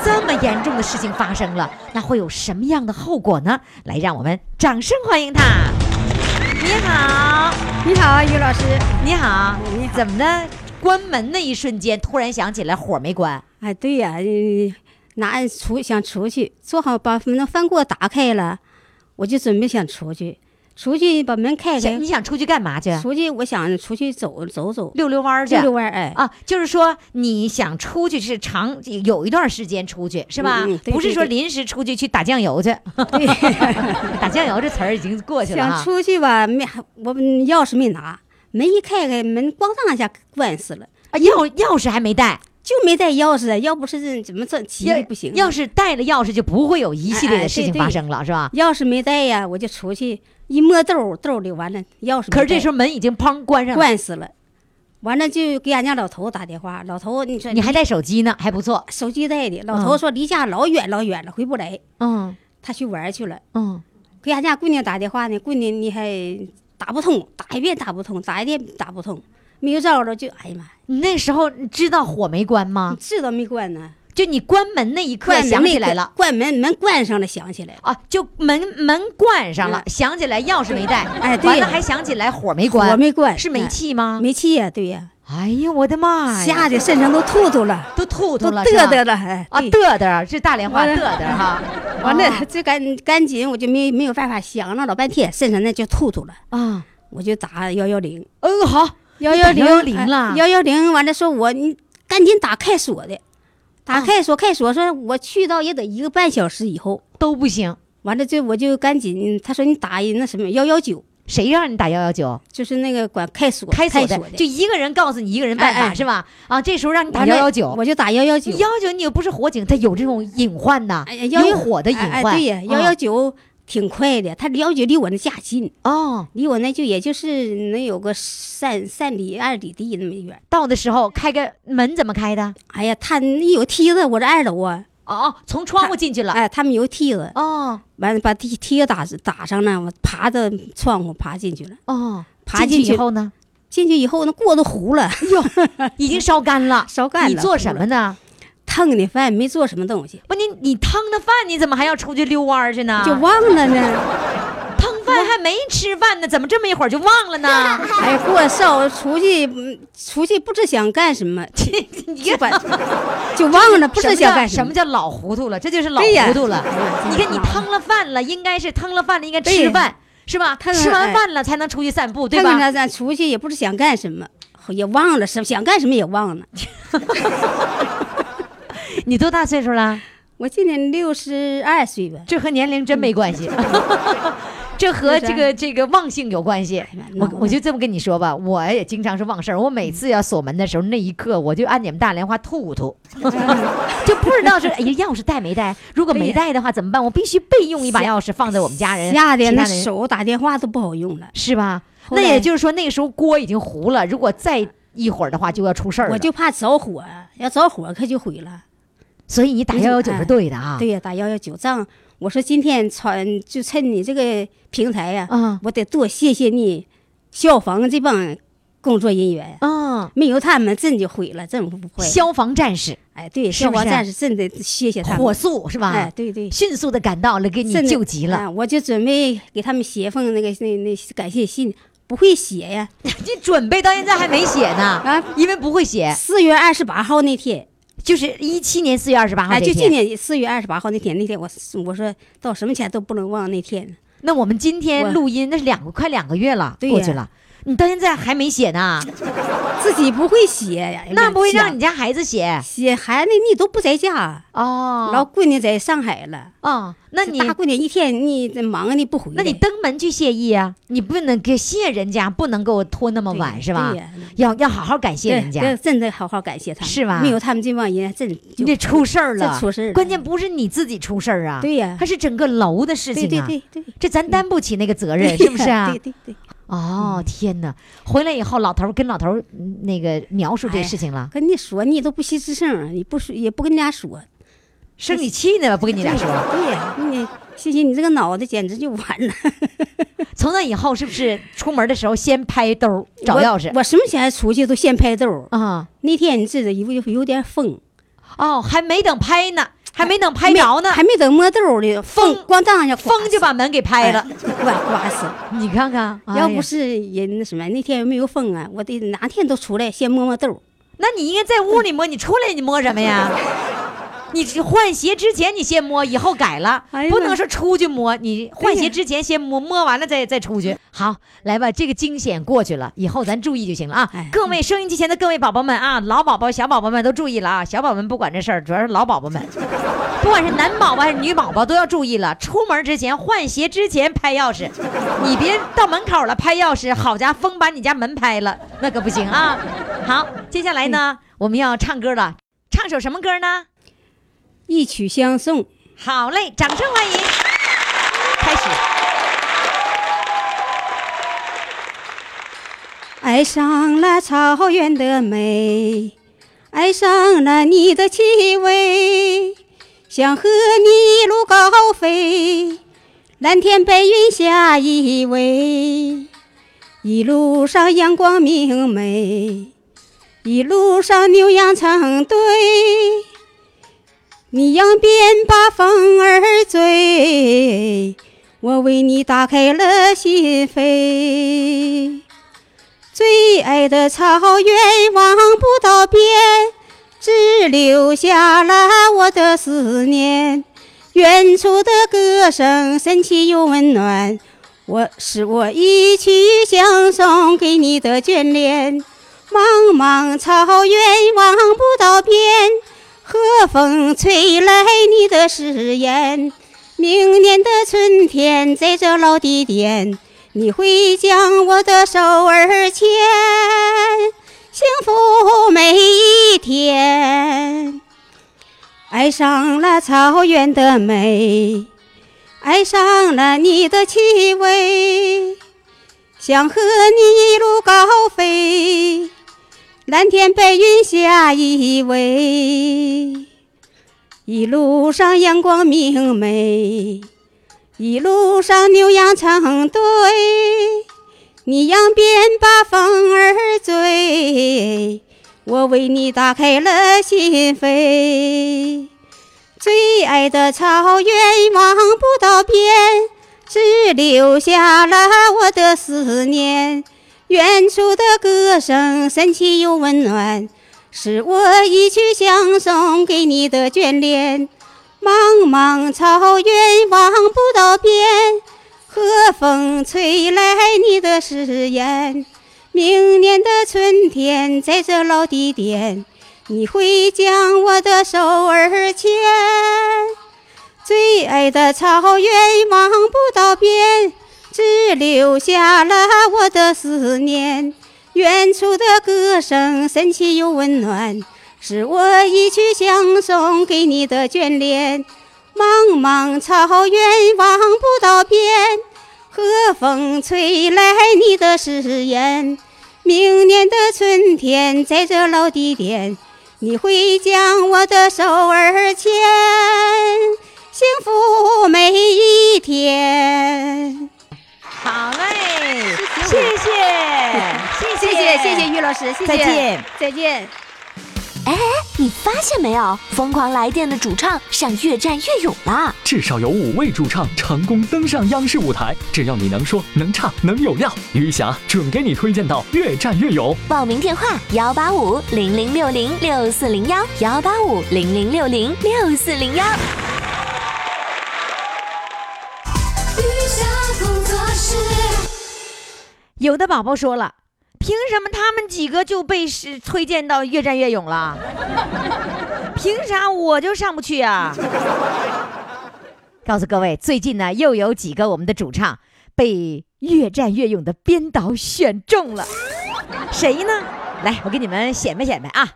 Speaker 2: 这么严重的事情发生了，那会有什么样的后果呢？来，让我们掌声欢迎他。你好，
Speaker 11: 你好啊，于老师。
Speaker 2: 你好，
Speaker 11: 你好
Speaker 2: 怎么的？关门那一瞬间，突然想起来火没关，
Speaker 11: 哎，对呀、嗯拿出想出去，做好把门翻给我打开了，我就准备想出去，出去把门开
Speaker 2: 想
Speaker 11: 开
Speaker 2: 你，想出去干嘛去？
Speaker 11: 出去我想出去走走走，
Speaker 2: 溜溜弯儿去。
Speaker 11: 溜溜弯儿，哎，
Speaker 2: 啊，就是说你想出去是长有一段时间出去是吧？
Speaker 11: 嗯嗯对
Speaker 2: 不是
Speaker 11: 对
Speaker 2: 说
Speaker 11: 对
Speaker 2: 临时出去去打酱 油去，
Speaker 11: 对，
Speaker 2: 打酱油这词儿已经过去了
Speaker 11: 想
Speaker 2: 啊。
Speaker 11: 出去吧，没我嗯钥匙没拿，门一开开，门咣当一下关死了，
Speaker 2: 啊，钥钥匙还没带，
Speaker 11: 就没带钥匙，要不是这怎么这急
Speaker 2: 要
Speaker 11: 得不行啊，
Speaker 2: 要是带了钥匙，就不会有一系列
Speaker 11: 哎
Speaker 2: 的
Speaker 11: 哎
Speaker 2: 事情
Speaker 11: 对
Speaker 2: 发
Speaker 11: 对
Speaker 2: 生了，是吧？
Speaker 11: 钥匙没带呀，我就出去一摸兜儿兜里完了钥匙没带，
Speaker 2: 可是这时候门已经砰关上了，
Speaker 11: 惯死了。完了就给俺家老头打电话，老头你说
Speaker 2: 你嗯还带手机呢，还不错。
Speaker 11: 手机带的，老头说离家老远老远了，回不来，
Speaker 2: 嗯
Speaker 11: 他去玩去了。
Speaker 2: 嗯，
Speaker 11: 给俺家姑娘打电话呢，姑娘你还打不通，打一遍打不通，打一遍打不通，没有招了就哎呀妈，
Speaker 2: 你那时候知道火没关吗？
Speaker 11: 知道没关呢，
Speaker 2: 就你关门那一刻
Speaker 11: 嗯关门
Speaker 2: 啊想
Speaker 11: 没
Speaker 2: 起来
Speaker 11: 关
Speaker 2: 了。
Speaker 11: 关门门关上了，想起来了，
Speaker 2: 啊，就门门关上了，
Speaker 11: 嗯
Speaker 2: 想起来钥匙没带，
Speaker 11: 哎对
Speaker 2: 完了
Speaker 11: 呀
Speaker 2: 还想起来火没关，
Speaker 11: 火没关
Speaker 2: 是煤
Speaker 11: 哎
Speaker 2: 气吗？
Speaker 11: 没气呀、对呀、
Speaker 2: 哎呀，我的妈呀！
Speaker 11: 吓得身上都吐吐了，
Speaker 2: 都吐
Speaker 11: 都
Speaker 2: 吐了，
Speaker 11: 嘚
Speaker 2: 是吧
Speaker 11: 嘚了，哎
Speaker 2: 啊，
Speaker 11: 对
Speaker 2: 嘚嘚，这大连话
Speaker 11: 完
Speaker 2: 嘚
Speaker 11: 了
Speaker 2: 嘚哈。
Speaker 11: 完了
Speaker 2: 哦
Speaker 11: 就赶赶紧我就没没有办法想了老半天，身上那就吐吐了，
Speaker 2: 啊，
Speaker 11: 我就打幺幺零。
Speaker 2: 嗯，好，
Speaker 11: 幺幺零
Speaker 2: 110了啊
Speaker 11: 幺幺零完了说我你赶紧打开锁的，打开锁开锁说我去到也得一个半小时以后，
Speaker 2: 都不行。
Speaker 11: 完了就我就赶紧他说你打一那什么幺幺九，
Speaker 2: 谁让你打幺幺九？
Speaker 11: 就是那个管开锁
Speaker 2: 开锁
Speaker 11: 锁
Speaker 2: 的，就一个人告诉你一个人办
Speaker 11: 哎
Speaker 2: 法
Speaker 11: 哎
Speaker 2: 是吧？啊，这时候让你打
Speaker 11: 完了
Speaker 2: 幺幺九，
Speaker 11: 我就打幺幺九
Speaker 2: 幺，幺九你又不是火警，它有这种隐患呐
Speaker 11: 哎呀，
Speaker 2: 有火的隐
Speaker 11: 哎哎
Speaker 2: 患。
Speaker 11: 对呀，幺幺
Speaker 2: 啊
Speaker 11: 九挺快的，他了解离我那家近，
Speaker 2: 哦，
Speaker 11: 离我那就也就是能有个三三里二里地那么远。
Speaker 2: 到的时候开个门怎么开的？
Speaker 11: 哎呀，他一有梯子，我这二楼啊，
Speaker 2: 哦哦，从窗户进去了。
Speaker 11: 哎，他们有梯子，
Speaker 2: 哦
Speaker 11: 完了把梯梯子打打上了，我爬着窗户爬进去了。
Speaker 2: 哦，
Speaker 11: 爬
Speaker 2: 进
Speaker 11: 进
Speaker 2: 去
Speaker 11: 去
Speaker 2: 以后 哎呢，
Speaker 11: 进去以后，那锅都糊了，
Speaker 2: 已经烧干了。
Speaker 11: 烧干了。
Speaker 2: 你做什
Speaker 11: 糊
Speaker 2: 么
Speaker 11: 了？
Speaker 2: 呢？
Speaker 11: 烫的饭没做什么东西，
Speaker 2: 不，你你烫的饭，你怎么还要出去遛弯儿去呢？
Speaker 11: 就忘了呢。
Speaker 2: 烫饭还没吃饭呢，怎么这么一会儿就忘了呢？
Speaker 11: 哎，给我烧出去，嗯出去不知想干什么，
Speaker 2: 你
Speaker 11: 就把就忘了，不知想干
Speaker 2: 什么
Speaker 11: 么。
Speaker 2: 叫老糊涂了？这就是老
Speaker 11: 对呀
Speaker 2: 糊涂了
Speaker 11: 哎呀。
Speaker 2: 你看你
Speaker 11: 真是
Speaker 2: 烫了饭了，应该是烫了饭了，应该
Speaker 11: 对
Speaker 2: 吃饭是吧？
Speaker 11: 烫了
Speaker 2: 吃完
Speaker 11: 哎
Speaker 2: 饭了才能出去散步，对
Speaker 11: 看看
Speaker 2: 吧？
Speaker 11: 咱咱出去也不知想干什么，也忘了什么想干什么也忘了。
Speaker 2: 你多大岁数了？
Speaker 11: 我今年六十二岁吧，
Speaker 2: 这和年龄真没关系，
Speaker 11: 嗯
Speaker 2: 这和这个这个忘性有关系
Speaker 11: 哎呀。
Speaker 2: 我
Speaker 11: 那
Speaker 2: 我就这么跟你说吧，我也经常是忘事儿。我每次要锁门的时候，那一刻我就按你们大连话吐 吐，就不知道是哎呀钥匙带没带。如果没带的话怎么办？我必须备用一把钥匙放在我们家人
Speaker 11: 吓得
Speaker 2: 其他
Speaker 11: 那
Speaker 2: 人
Speaker 11: 手打电话都不好用了。
Speaker 2: 是吧？
Speaker 11: 后
Speaker 2: 那
Speaker 11: 来
Speaker 2: 也就是说那个时候锅已经糊了，如果再一会儿的话就要出事儿啊了。
Speaker 11: 我就怕着火，要着火可就毁了。
Speaker 2: 所以你打
Speaker 11: 我就
Speaker 2: 幺幺九是
Speaker 11: 哎
Speaker 2: 对的啊。
Speaker 11: 对呀、打幺幺九仗，我说今天穿就趁你这个平台呀、
Speaker 2: 啊
Speaker 11: 我得多谢谢你消防这帮工作人员呀，
Speaker 2: 啊，
Speaker 11: 没有他们朕就毁了，朕不会。
Speaker 2: 消防战士
Speaker 11: 哎，对，
Speaker 2: 是
Speaker 11: 消
Speaker 2: 不是
Speaker 11: 防战士朕得谢谢他们。
Speaker 2: 火速是吧？
Speaker 11: 哎，对对，
Speaker 2: 迅速的赶到了，给你
Speaker 11: 朕得
Speaker 2: 救急了。
Speaker 11: 啊我就准备给他们写封那个那那感谢信，不会写呀。
Speaker 2: 这准备到现在还没写呢，
Speaker 11: 啊
Speaker 2: 因为不会写，
Speaker 11: 四月二十八号那天，
Speaker 2: 就是一七年四月二十八号
Speaker 11: 哎，
Speaker 2: 啊这
Speaker 11: 就今
Speaker 2: 天。
Speaker 11: 年四月二十八号那天，那天我我说到什么前都不能忘那天。
Speaker 2: 那我们今天
Speaker 11: 我
Speaker 2: 录音，那是两个快两个月了，
Speaker 11: 对呀
Speaker 2: 过去了，你到现在还没写呢，
Speaker 11: 自己不会写呀，
Speaker 2: 那不会让
Speaker 11: 你
Speaker 2: 你家孩子写
Speaker 11: 写孩子你都不在家，
Speaker 2: 哦。
Speaker 11: 老闺女在上海了，
Speaker 2: 哦，那你
Speaker 11: 这大闺女一天你这忙你不回来，
Speaker 2: 那你登门去谢意啊，你不能给谢人家，不能给我拖那么
Speaker 11: 对
Speaker 2: 晚是吧
Speaker 11: 对呀？
Speaker 2: 要要好好感谢人
Speaker 11: 这
Speaker 2: 家，
Speaker 11: 这真得好好感谢他们，
Speaker 2: 是吧
Speaker 11: 没有他们这帮人，真
Speaker 2: 你得出事儿了，
Speaker 11: 这出事儿了
Speaker 2: 关键不是你自己出事儿啊，
Speaker 11: 对呀
Speaker 2: 它是整个楼的事情
Speaker 11: 对
Speaker 2: 啊，
Speaker 11: 对对对，
Speaker 2: 这咱担不起那个责任，是不是啊？
Speaker 11: 对对对，
Speaker 2: 哦，天哪！回来以后，老头儿跟老头儿嗯那个描述这事情了，
Speaker 11: 跟你说你都不惜吱声，啊你不说也不跟人家说，
Speaker 2: 生你气呢吧？不跟你俩说，
Speaker 11: 对呀，你欣欣你这个脑袋简直就完了，
Speaker 2: 从那以后是不是出门的时候先拍兜儿找钥匙
Speaker 11: 我我什么前出去都先拍豆儿，
Speaker 2: 啊、
Speaker 11: 那天你知道有有有点风，
Speaker 2: 哦，还没等拍呢，还没等拍着呢，
Speaker 11: 还没等摸豆儿呢，风
Speaker 2: 风
Speaker 11: 咣当一下刮
Speaker 2: 风就
Speaker 11: 死
Speaker 2: 把门给拍了。
Speaker 11: 哎刮刮死。
Speaker 2: 你看看，哎
Speaker 11: 要不
Speaker 2: 呀
Speaker 11: 是人那什么，那天没有风啊，我得哪天都出来先摸摸豆。
Speaker 2: 那你应该在屋里摸，你出来你摸什么 呀？你换鞋之前你先摸，以后改了，
Speaker 11: 哎呀
Speaker 2: 不
Speaker 11: 妈
Speaker 2: 能说出去摸。你换鞋之前先摸，摸完了再再出去。好，来吧，这个惊险过去了，以后咱注意就行了啊！
Speaker 11: 哎
Speaker 2: 各位收音机前的各位宝宝们啊，老宝宝、小宝宝们都注意了啊！小宝宝们不管这事儿，主要是老宝宝们， 不管是男宝宝还是女宝宝都要注意了。出门之前、换鞋之前拍钥匙，你别到门口了拍钥匙，好家伙，风把你家门拍了，那可不行啊！好，接下来呢，我们要唱歌了，唱首什么歌呢？
Speaker 11: 一曲相送，
Speaker 2: 好嘞，掌声欢迎！开始，
Speaker 11: 爱上了草原的美，爱上了你的气味，想和你一路高飞，蓝天白云下依偎，一路上阳光明媚，一路上牛羊成堆。你扬鞭把风儿追，我为你打开了心扉。最爱的草原望不到边，只留下了我的思念。远处的歌声深情又温暖，我是我一曲相送给你的眷恋。茫茫草原望不到边，和风吹来你的誓言。明年的春天，在这老地点，你会将我的手儿牵，幸福每一天。爱上了草原的美，爱上了你的气味，想和你一路高飞，蓝天白云下依偎，一路上阳光明媚，一路上牛羊成对，你扬鞭把风儿追，我为你打开了心扉。最爱的草原望不到边，只留下了我的思念。远处的歌声神奇又温暖，是我一曲相送给你的眷恋。茫茫草原望不到边，和风吹来你的誓言。明年的春天，在这老地点，你会将我的手儿牵。最爱的草原望不到边，只留下了我的思念。远处的歌声神奇又温暖，是我一曲相送给你的眷恋。茫茫草原望不到边，和风吹来你的誓言。明年的春天，在这老地点，你会将我的手儿牵，幸福每一天。
Speaker 2: 好嘞，谢谢，
Speaker 11: 谢谢谢谢于老师，谢谢，
Speaker 2: 再见，
Speaker 11: 再见。
Speaker 7: 你发现没有，《疯狂来电》的主唱上越战越勇啦！
Speaker 6: 至少有五位主唱成功登上央视舞台。只要你能说、能唱、能有料，余霞准给你推荐到越战越勇。
Speaker 7: 报名电话：幺八五零零六零六四零幺，幺八五零零六零六四零幺。
Speaker 2: 有的宝宝说了，凭什么他们几个就被是推荐到越战越勇了？ 凭啥我就上不去呀、 告诉各位，最近呢又有几个我们的主唱被越战越勇的编导选中了，谁呢？来，我给你们显摆显摆啊！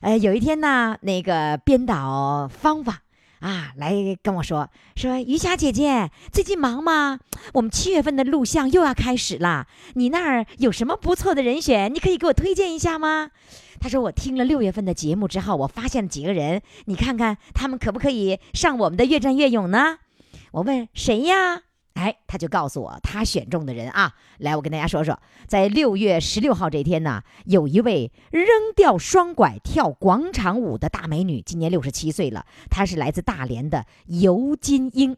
Speaker 2: 呃，有一天呢，那个编导芳芳啊来跟我说，说于霞姐姐最近忙吗？我们七月份的录像又要开始啦，你那儿有什么不错的人选？你可以给我推荐一下吗？他说我听了六月份的节目之后，我发现了几个人，你看看他们可不可以上我们的越战越勇呢？我问谁呀？哎，他就告诉我他选中的人啊，来，我跟大家说说，在六月十六号这一天呢，有一位扔掉双拐跳广场舞的大美女，今年六十七岁了，她是来自大连的尤金英。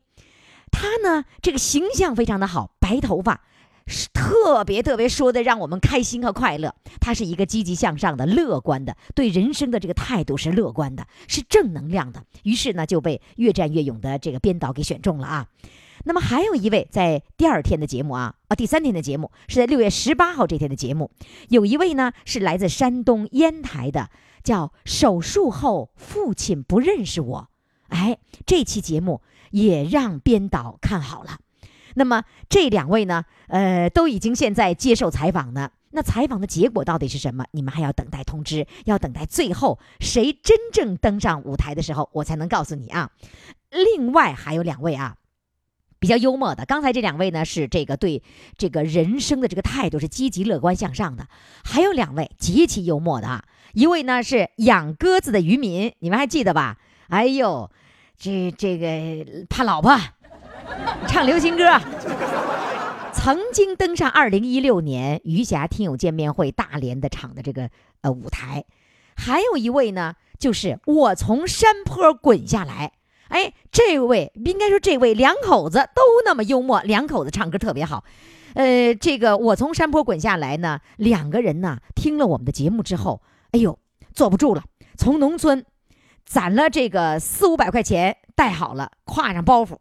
Speaker 2: 她呢，这个形象非常的好，白头发，是特别特别说的让我们开心和快乐。她是一个积极向上的、乐观的，对人生的这个态度是乐观的，是正能量的。于是呢，就被越战越勇的这个编导给选中了啊。那么还有一位在第二天的节目啊啊，第三天的节目是在六月十八号这天的节目，有一位呢是来自山东烟台的，叫手术后父亲不认识我，哎，这期节目也让编导看好了。那么这两位呢，呃，都已经现在接受采访呢。那采访的结果到底是什么？你们还要等待通知，要等待最后谁真正登上舞台的时候，我才能告诉你啊。另外还有两位啊，比较幽默的。刚才这两位呢是这个对这个人生的这个态度是积极乐观向上的，还有两位极其幽默的啊，一位呢是养鸽子的渔民，你们还记得吧？哎呦，这这个怕老婆，唱流行歌。曾经登上2016年余霞听友见面会大连的场的这个呃舞台，还有一位呢，就是我从山坡滚下来，哎，这位应该说这位两口子都那么幽默，两口子唱歌特别好。呃，这个我从山坡滚下来呢，两个人呢听了我们的节目之后，哎呦，坐不住了，从农村攒了这个四五百块钱，带好了，挎上包袱，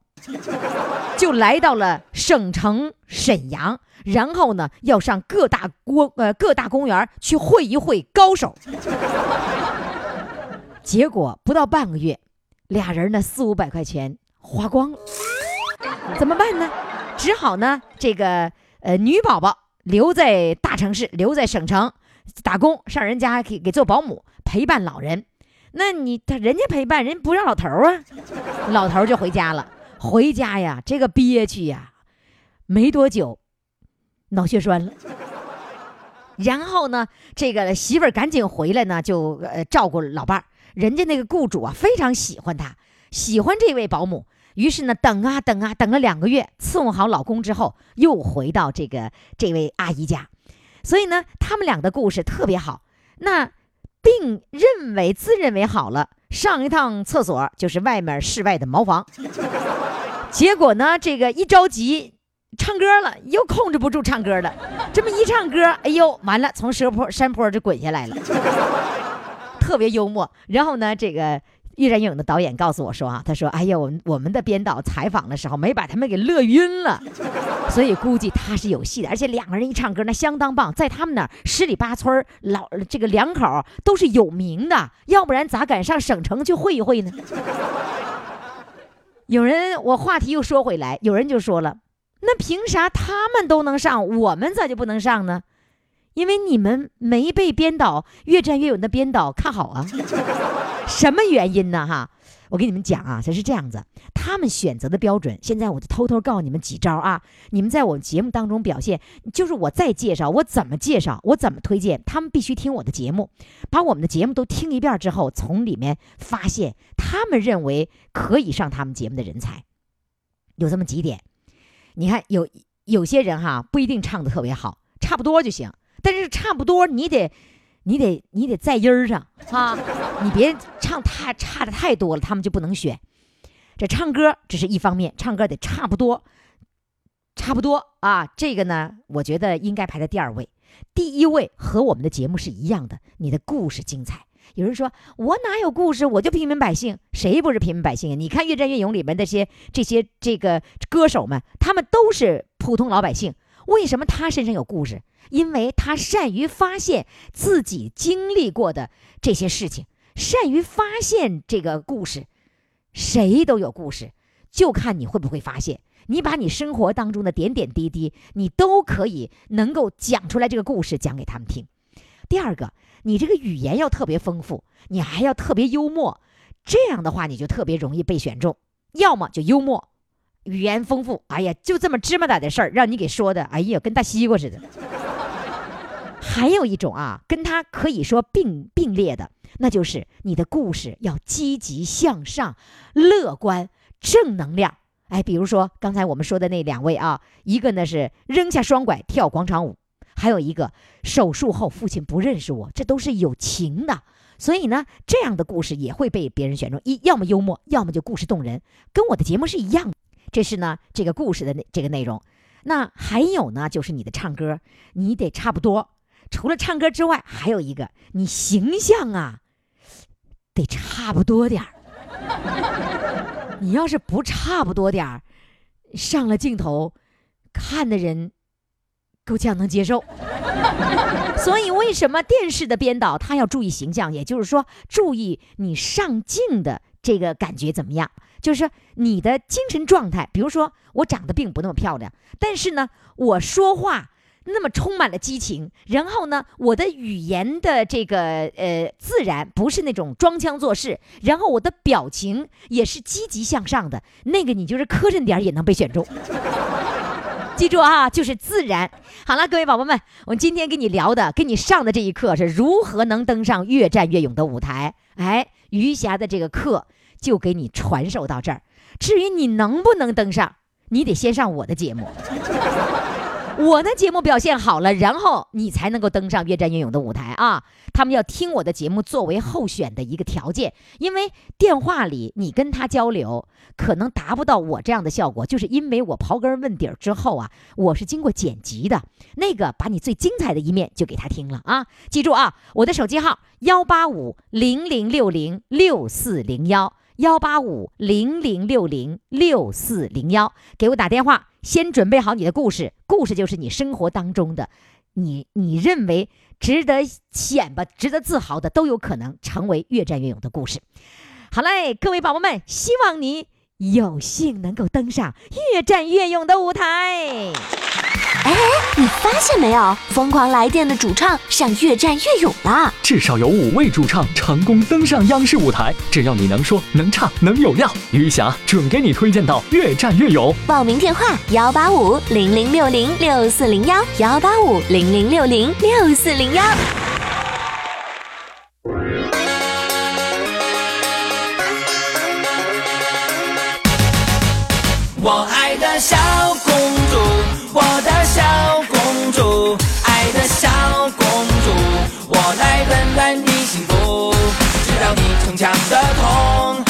Speaker 2: 就来到了省城沈阳，然后呢要上各大国呃各大公园去会一会高手。 结果不到半个月，俩人呢四五百块钱花光了，怎么办呢？只好呢这个呃女宝宝留在大城市，留在省城打工，上人家给给做保姆陪伴老人。那你他人家陪伴人不让老头儿啊，老头儿就回家了。回家呀，这个憋屈呀，没多久，脑血栓了。然后呢，这个媳妇儿赶紧回来呢，就呃照顾老伴儿。人家那个雇主啊，非常喜欢她，喜欢这位保姆。于是呢，等啊等啊，等了两个月，伺候好老公之后，又回到这个这位阿姨家。所以呢，他们俩的故事特别好。那并认为自认为好了，上一趟厕所就是外面室外的茅房。结果呢，这个一着急唱歌了，又控制不住唱歌了。这么一唱歌，哎呦，完了，从蛇坡山坡就滚下来了，特别幽默。然后呢，这个。玉然影的导演告诉我说啊，他说：“哎呀，我们我们的编导采访的时候没把他们给乐晕了，所以估计他是有戏的。而且两个人一唱歌，那相当棒，在他们那儿十里八村儿老这个两口儿都是有名的，要不然咋敢上省城去会一会呢？”有人，我话题又说回来，有人就说了，那凭啥他们都能上，我们咋就不能上呢？因为你们没被编导越战越勇的编导看好啊， 什么原因呢？哈，我跟你们讲啊，这是这样子，他们选择的标准，现在我就偷偷告诉你们几招啊，你们在我节目当中表现，就是我再介绍，我怎么介绍，我怎么推荐，他们必须听我的节目，把我们的节目都听一遍之后，从里面发现他们认为可以上他们节目的人才，有这么几点。你看，有有些人哈不一定唱的特别好，差不多就行，但是差不多你得。你得你得在音儿上啊，你别唱太差的太多了，他们就不能选。这唱歌只是一方面，唱歌得差不多，差不多啊。这个呢，我觉得应该排在第二位。第一位和我们的节目是一样的，你的故事精彩。有人说我哪有故事，我就平民百姓，谁不是平民百姓啊？你看《越战越勇》里面那些这些这个歌手们，他们都是普通老百姓，为什么他身上有故事？因为他善于发现自己经历过的这些事情，善于发现这个故事。谁都有故事，就看你会不会发现。你把你生活当中的点点滴滴，你都可以能够讲出来这个故事，讲给他们听。第二个，你这个语言要特别丰富，你还要特别幽默，这样的话你就特别容易被选中。要么就幽默，语言丰富，哎呀，就这么芝麻大点事儿，让你给说的，哎呀，跟大西瓜似的。还有一种啊，跟他可以说并并列的，那就是你的故事要积极向上、乐观、正能量。哎，比如说刚才我们说的那两位啊，一个呢是扔下双拐跳广场舞，还有一个手术后父亲不认识我，这都是有情的。所以呢，这样的故事也会被别人选中，一要么幽默，要么就故事动人，跟我的节目是一样的。这是呢这个故事的内这个内容。那还有呢，就是你的唱歌，你得差不多。除了唱歌之外，还有一个，你形象啊，得差不多点儿。你要是不差不多点儿，上了镜头，看的人够呛能接受。所以，为什么电视的编导他要注意形象？也就是说，注意你上镜的这个感觉怎么样？就是说你的精神状态。比如说，我长得并不那么漂亮，但是呢，我说话那么充满了激情，然后呢，我的语言的这个呃自然不是那种装腔作势，然后我的表情也是积极向上的，那个你就是磕碜点儿也能被选中。 记住啊，就是自然。好了，各位宝宝们，我们今天跟你聊的、跟你上的这一课是如何能登上越战越勇的舞台。哎，余霞的这个课就给你传授到这儿。至于你能不能登上，你得先上我的节目。我的节目表现好了，然后你才能够登上越战越勇的舞台啊！他们要听我的节目作为候选的一个条件，因为电话里你跟他交流可能达不到我这样的效果，就是因为我刨根问底儿之后啊，我是经过剪辑的，那个把你最精彩的一面就给他听了啊！记住啊，我的手机号幺八五零零六零六四零幺。幺八五零零六零六四零幺，给我打电话，先准备好你的故事。故事就是你生活当中的，你你认为值得显摆、值得自豪的，都有可能成为越战越勇的故事。好嘞，各位宝宝们，希望你有幸能够登上越战越勇的舞台。
Speaker 7: 哎你发现没有，《疯狂来电》的主唱上越战越勇了。
Speaker 6: 至少有五位主唱成功登上央视舞台。只要你能说、能唱、能有料，余霞准给你推荐到越战越勇。
Speaker 7: 报名电话：幺八五零零六零六四零幺，幺八五零零六零六四零幺。
Speaker 1: 我爱的小公主，我的小公主，爱的小公主，我来温暖你幸福，直到你逞强的痛，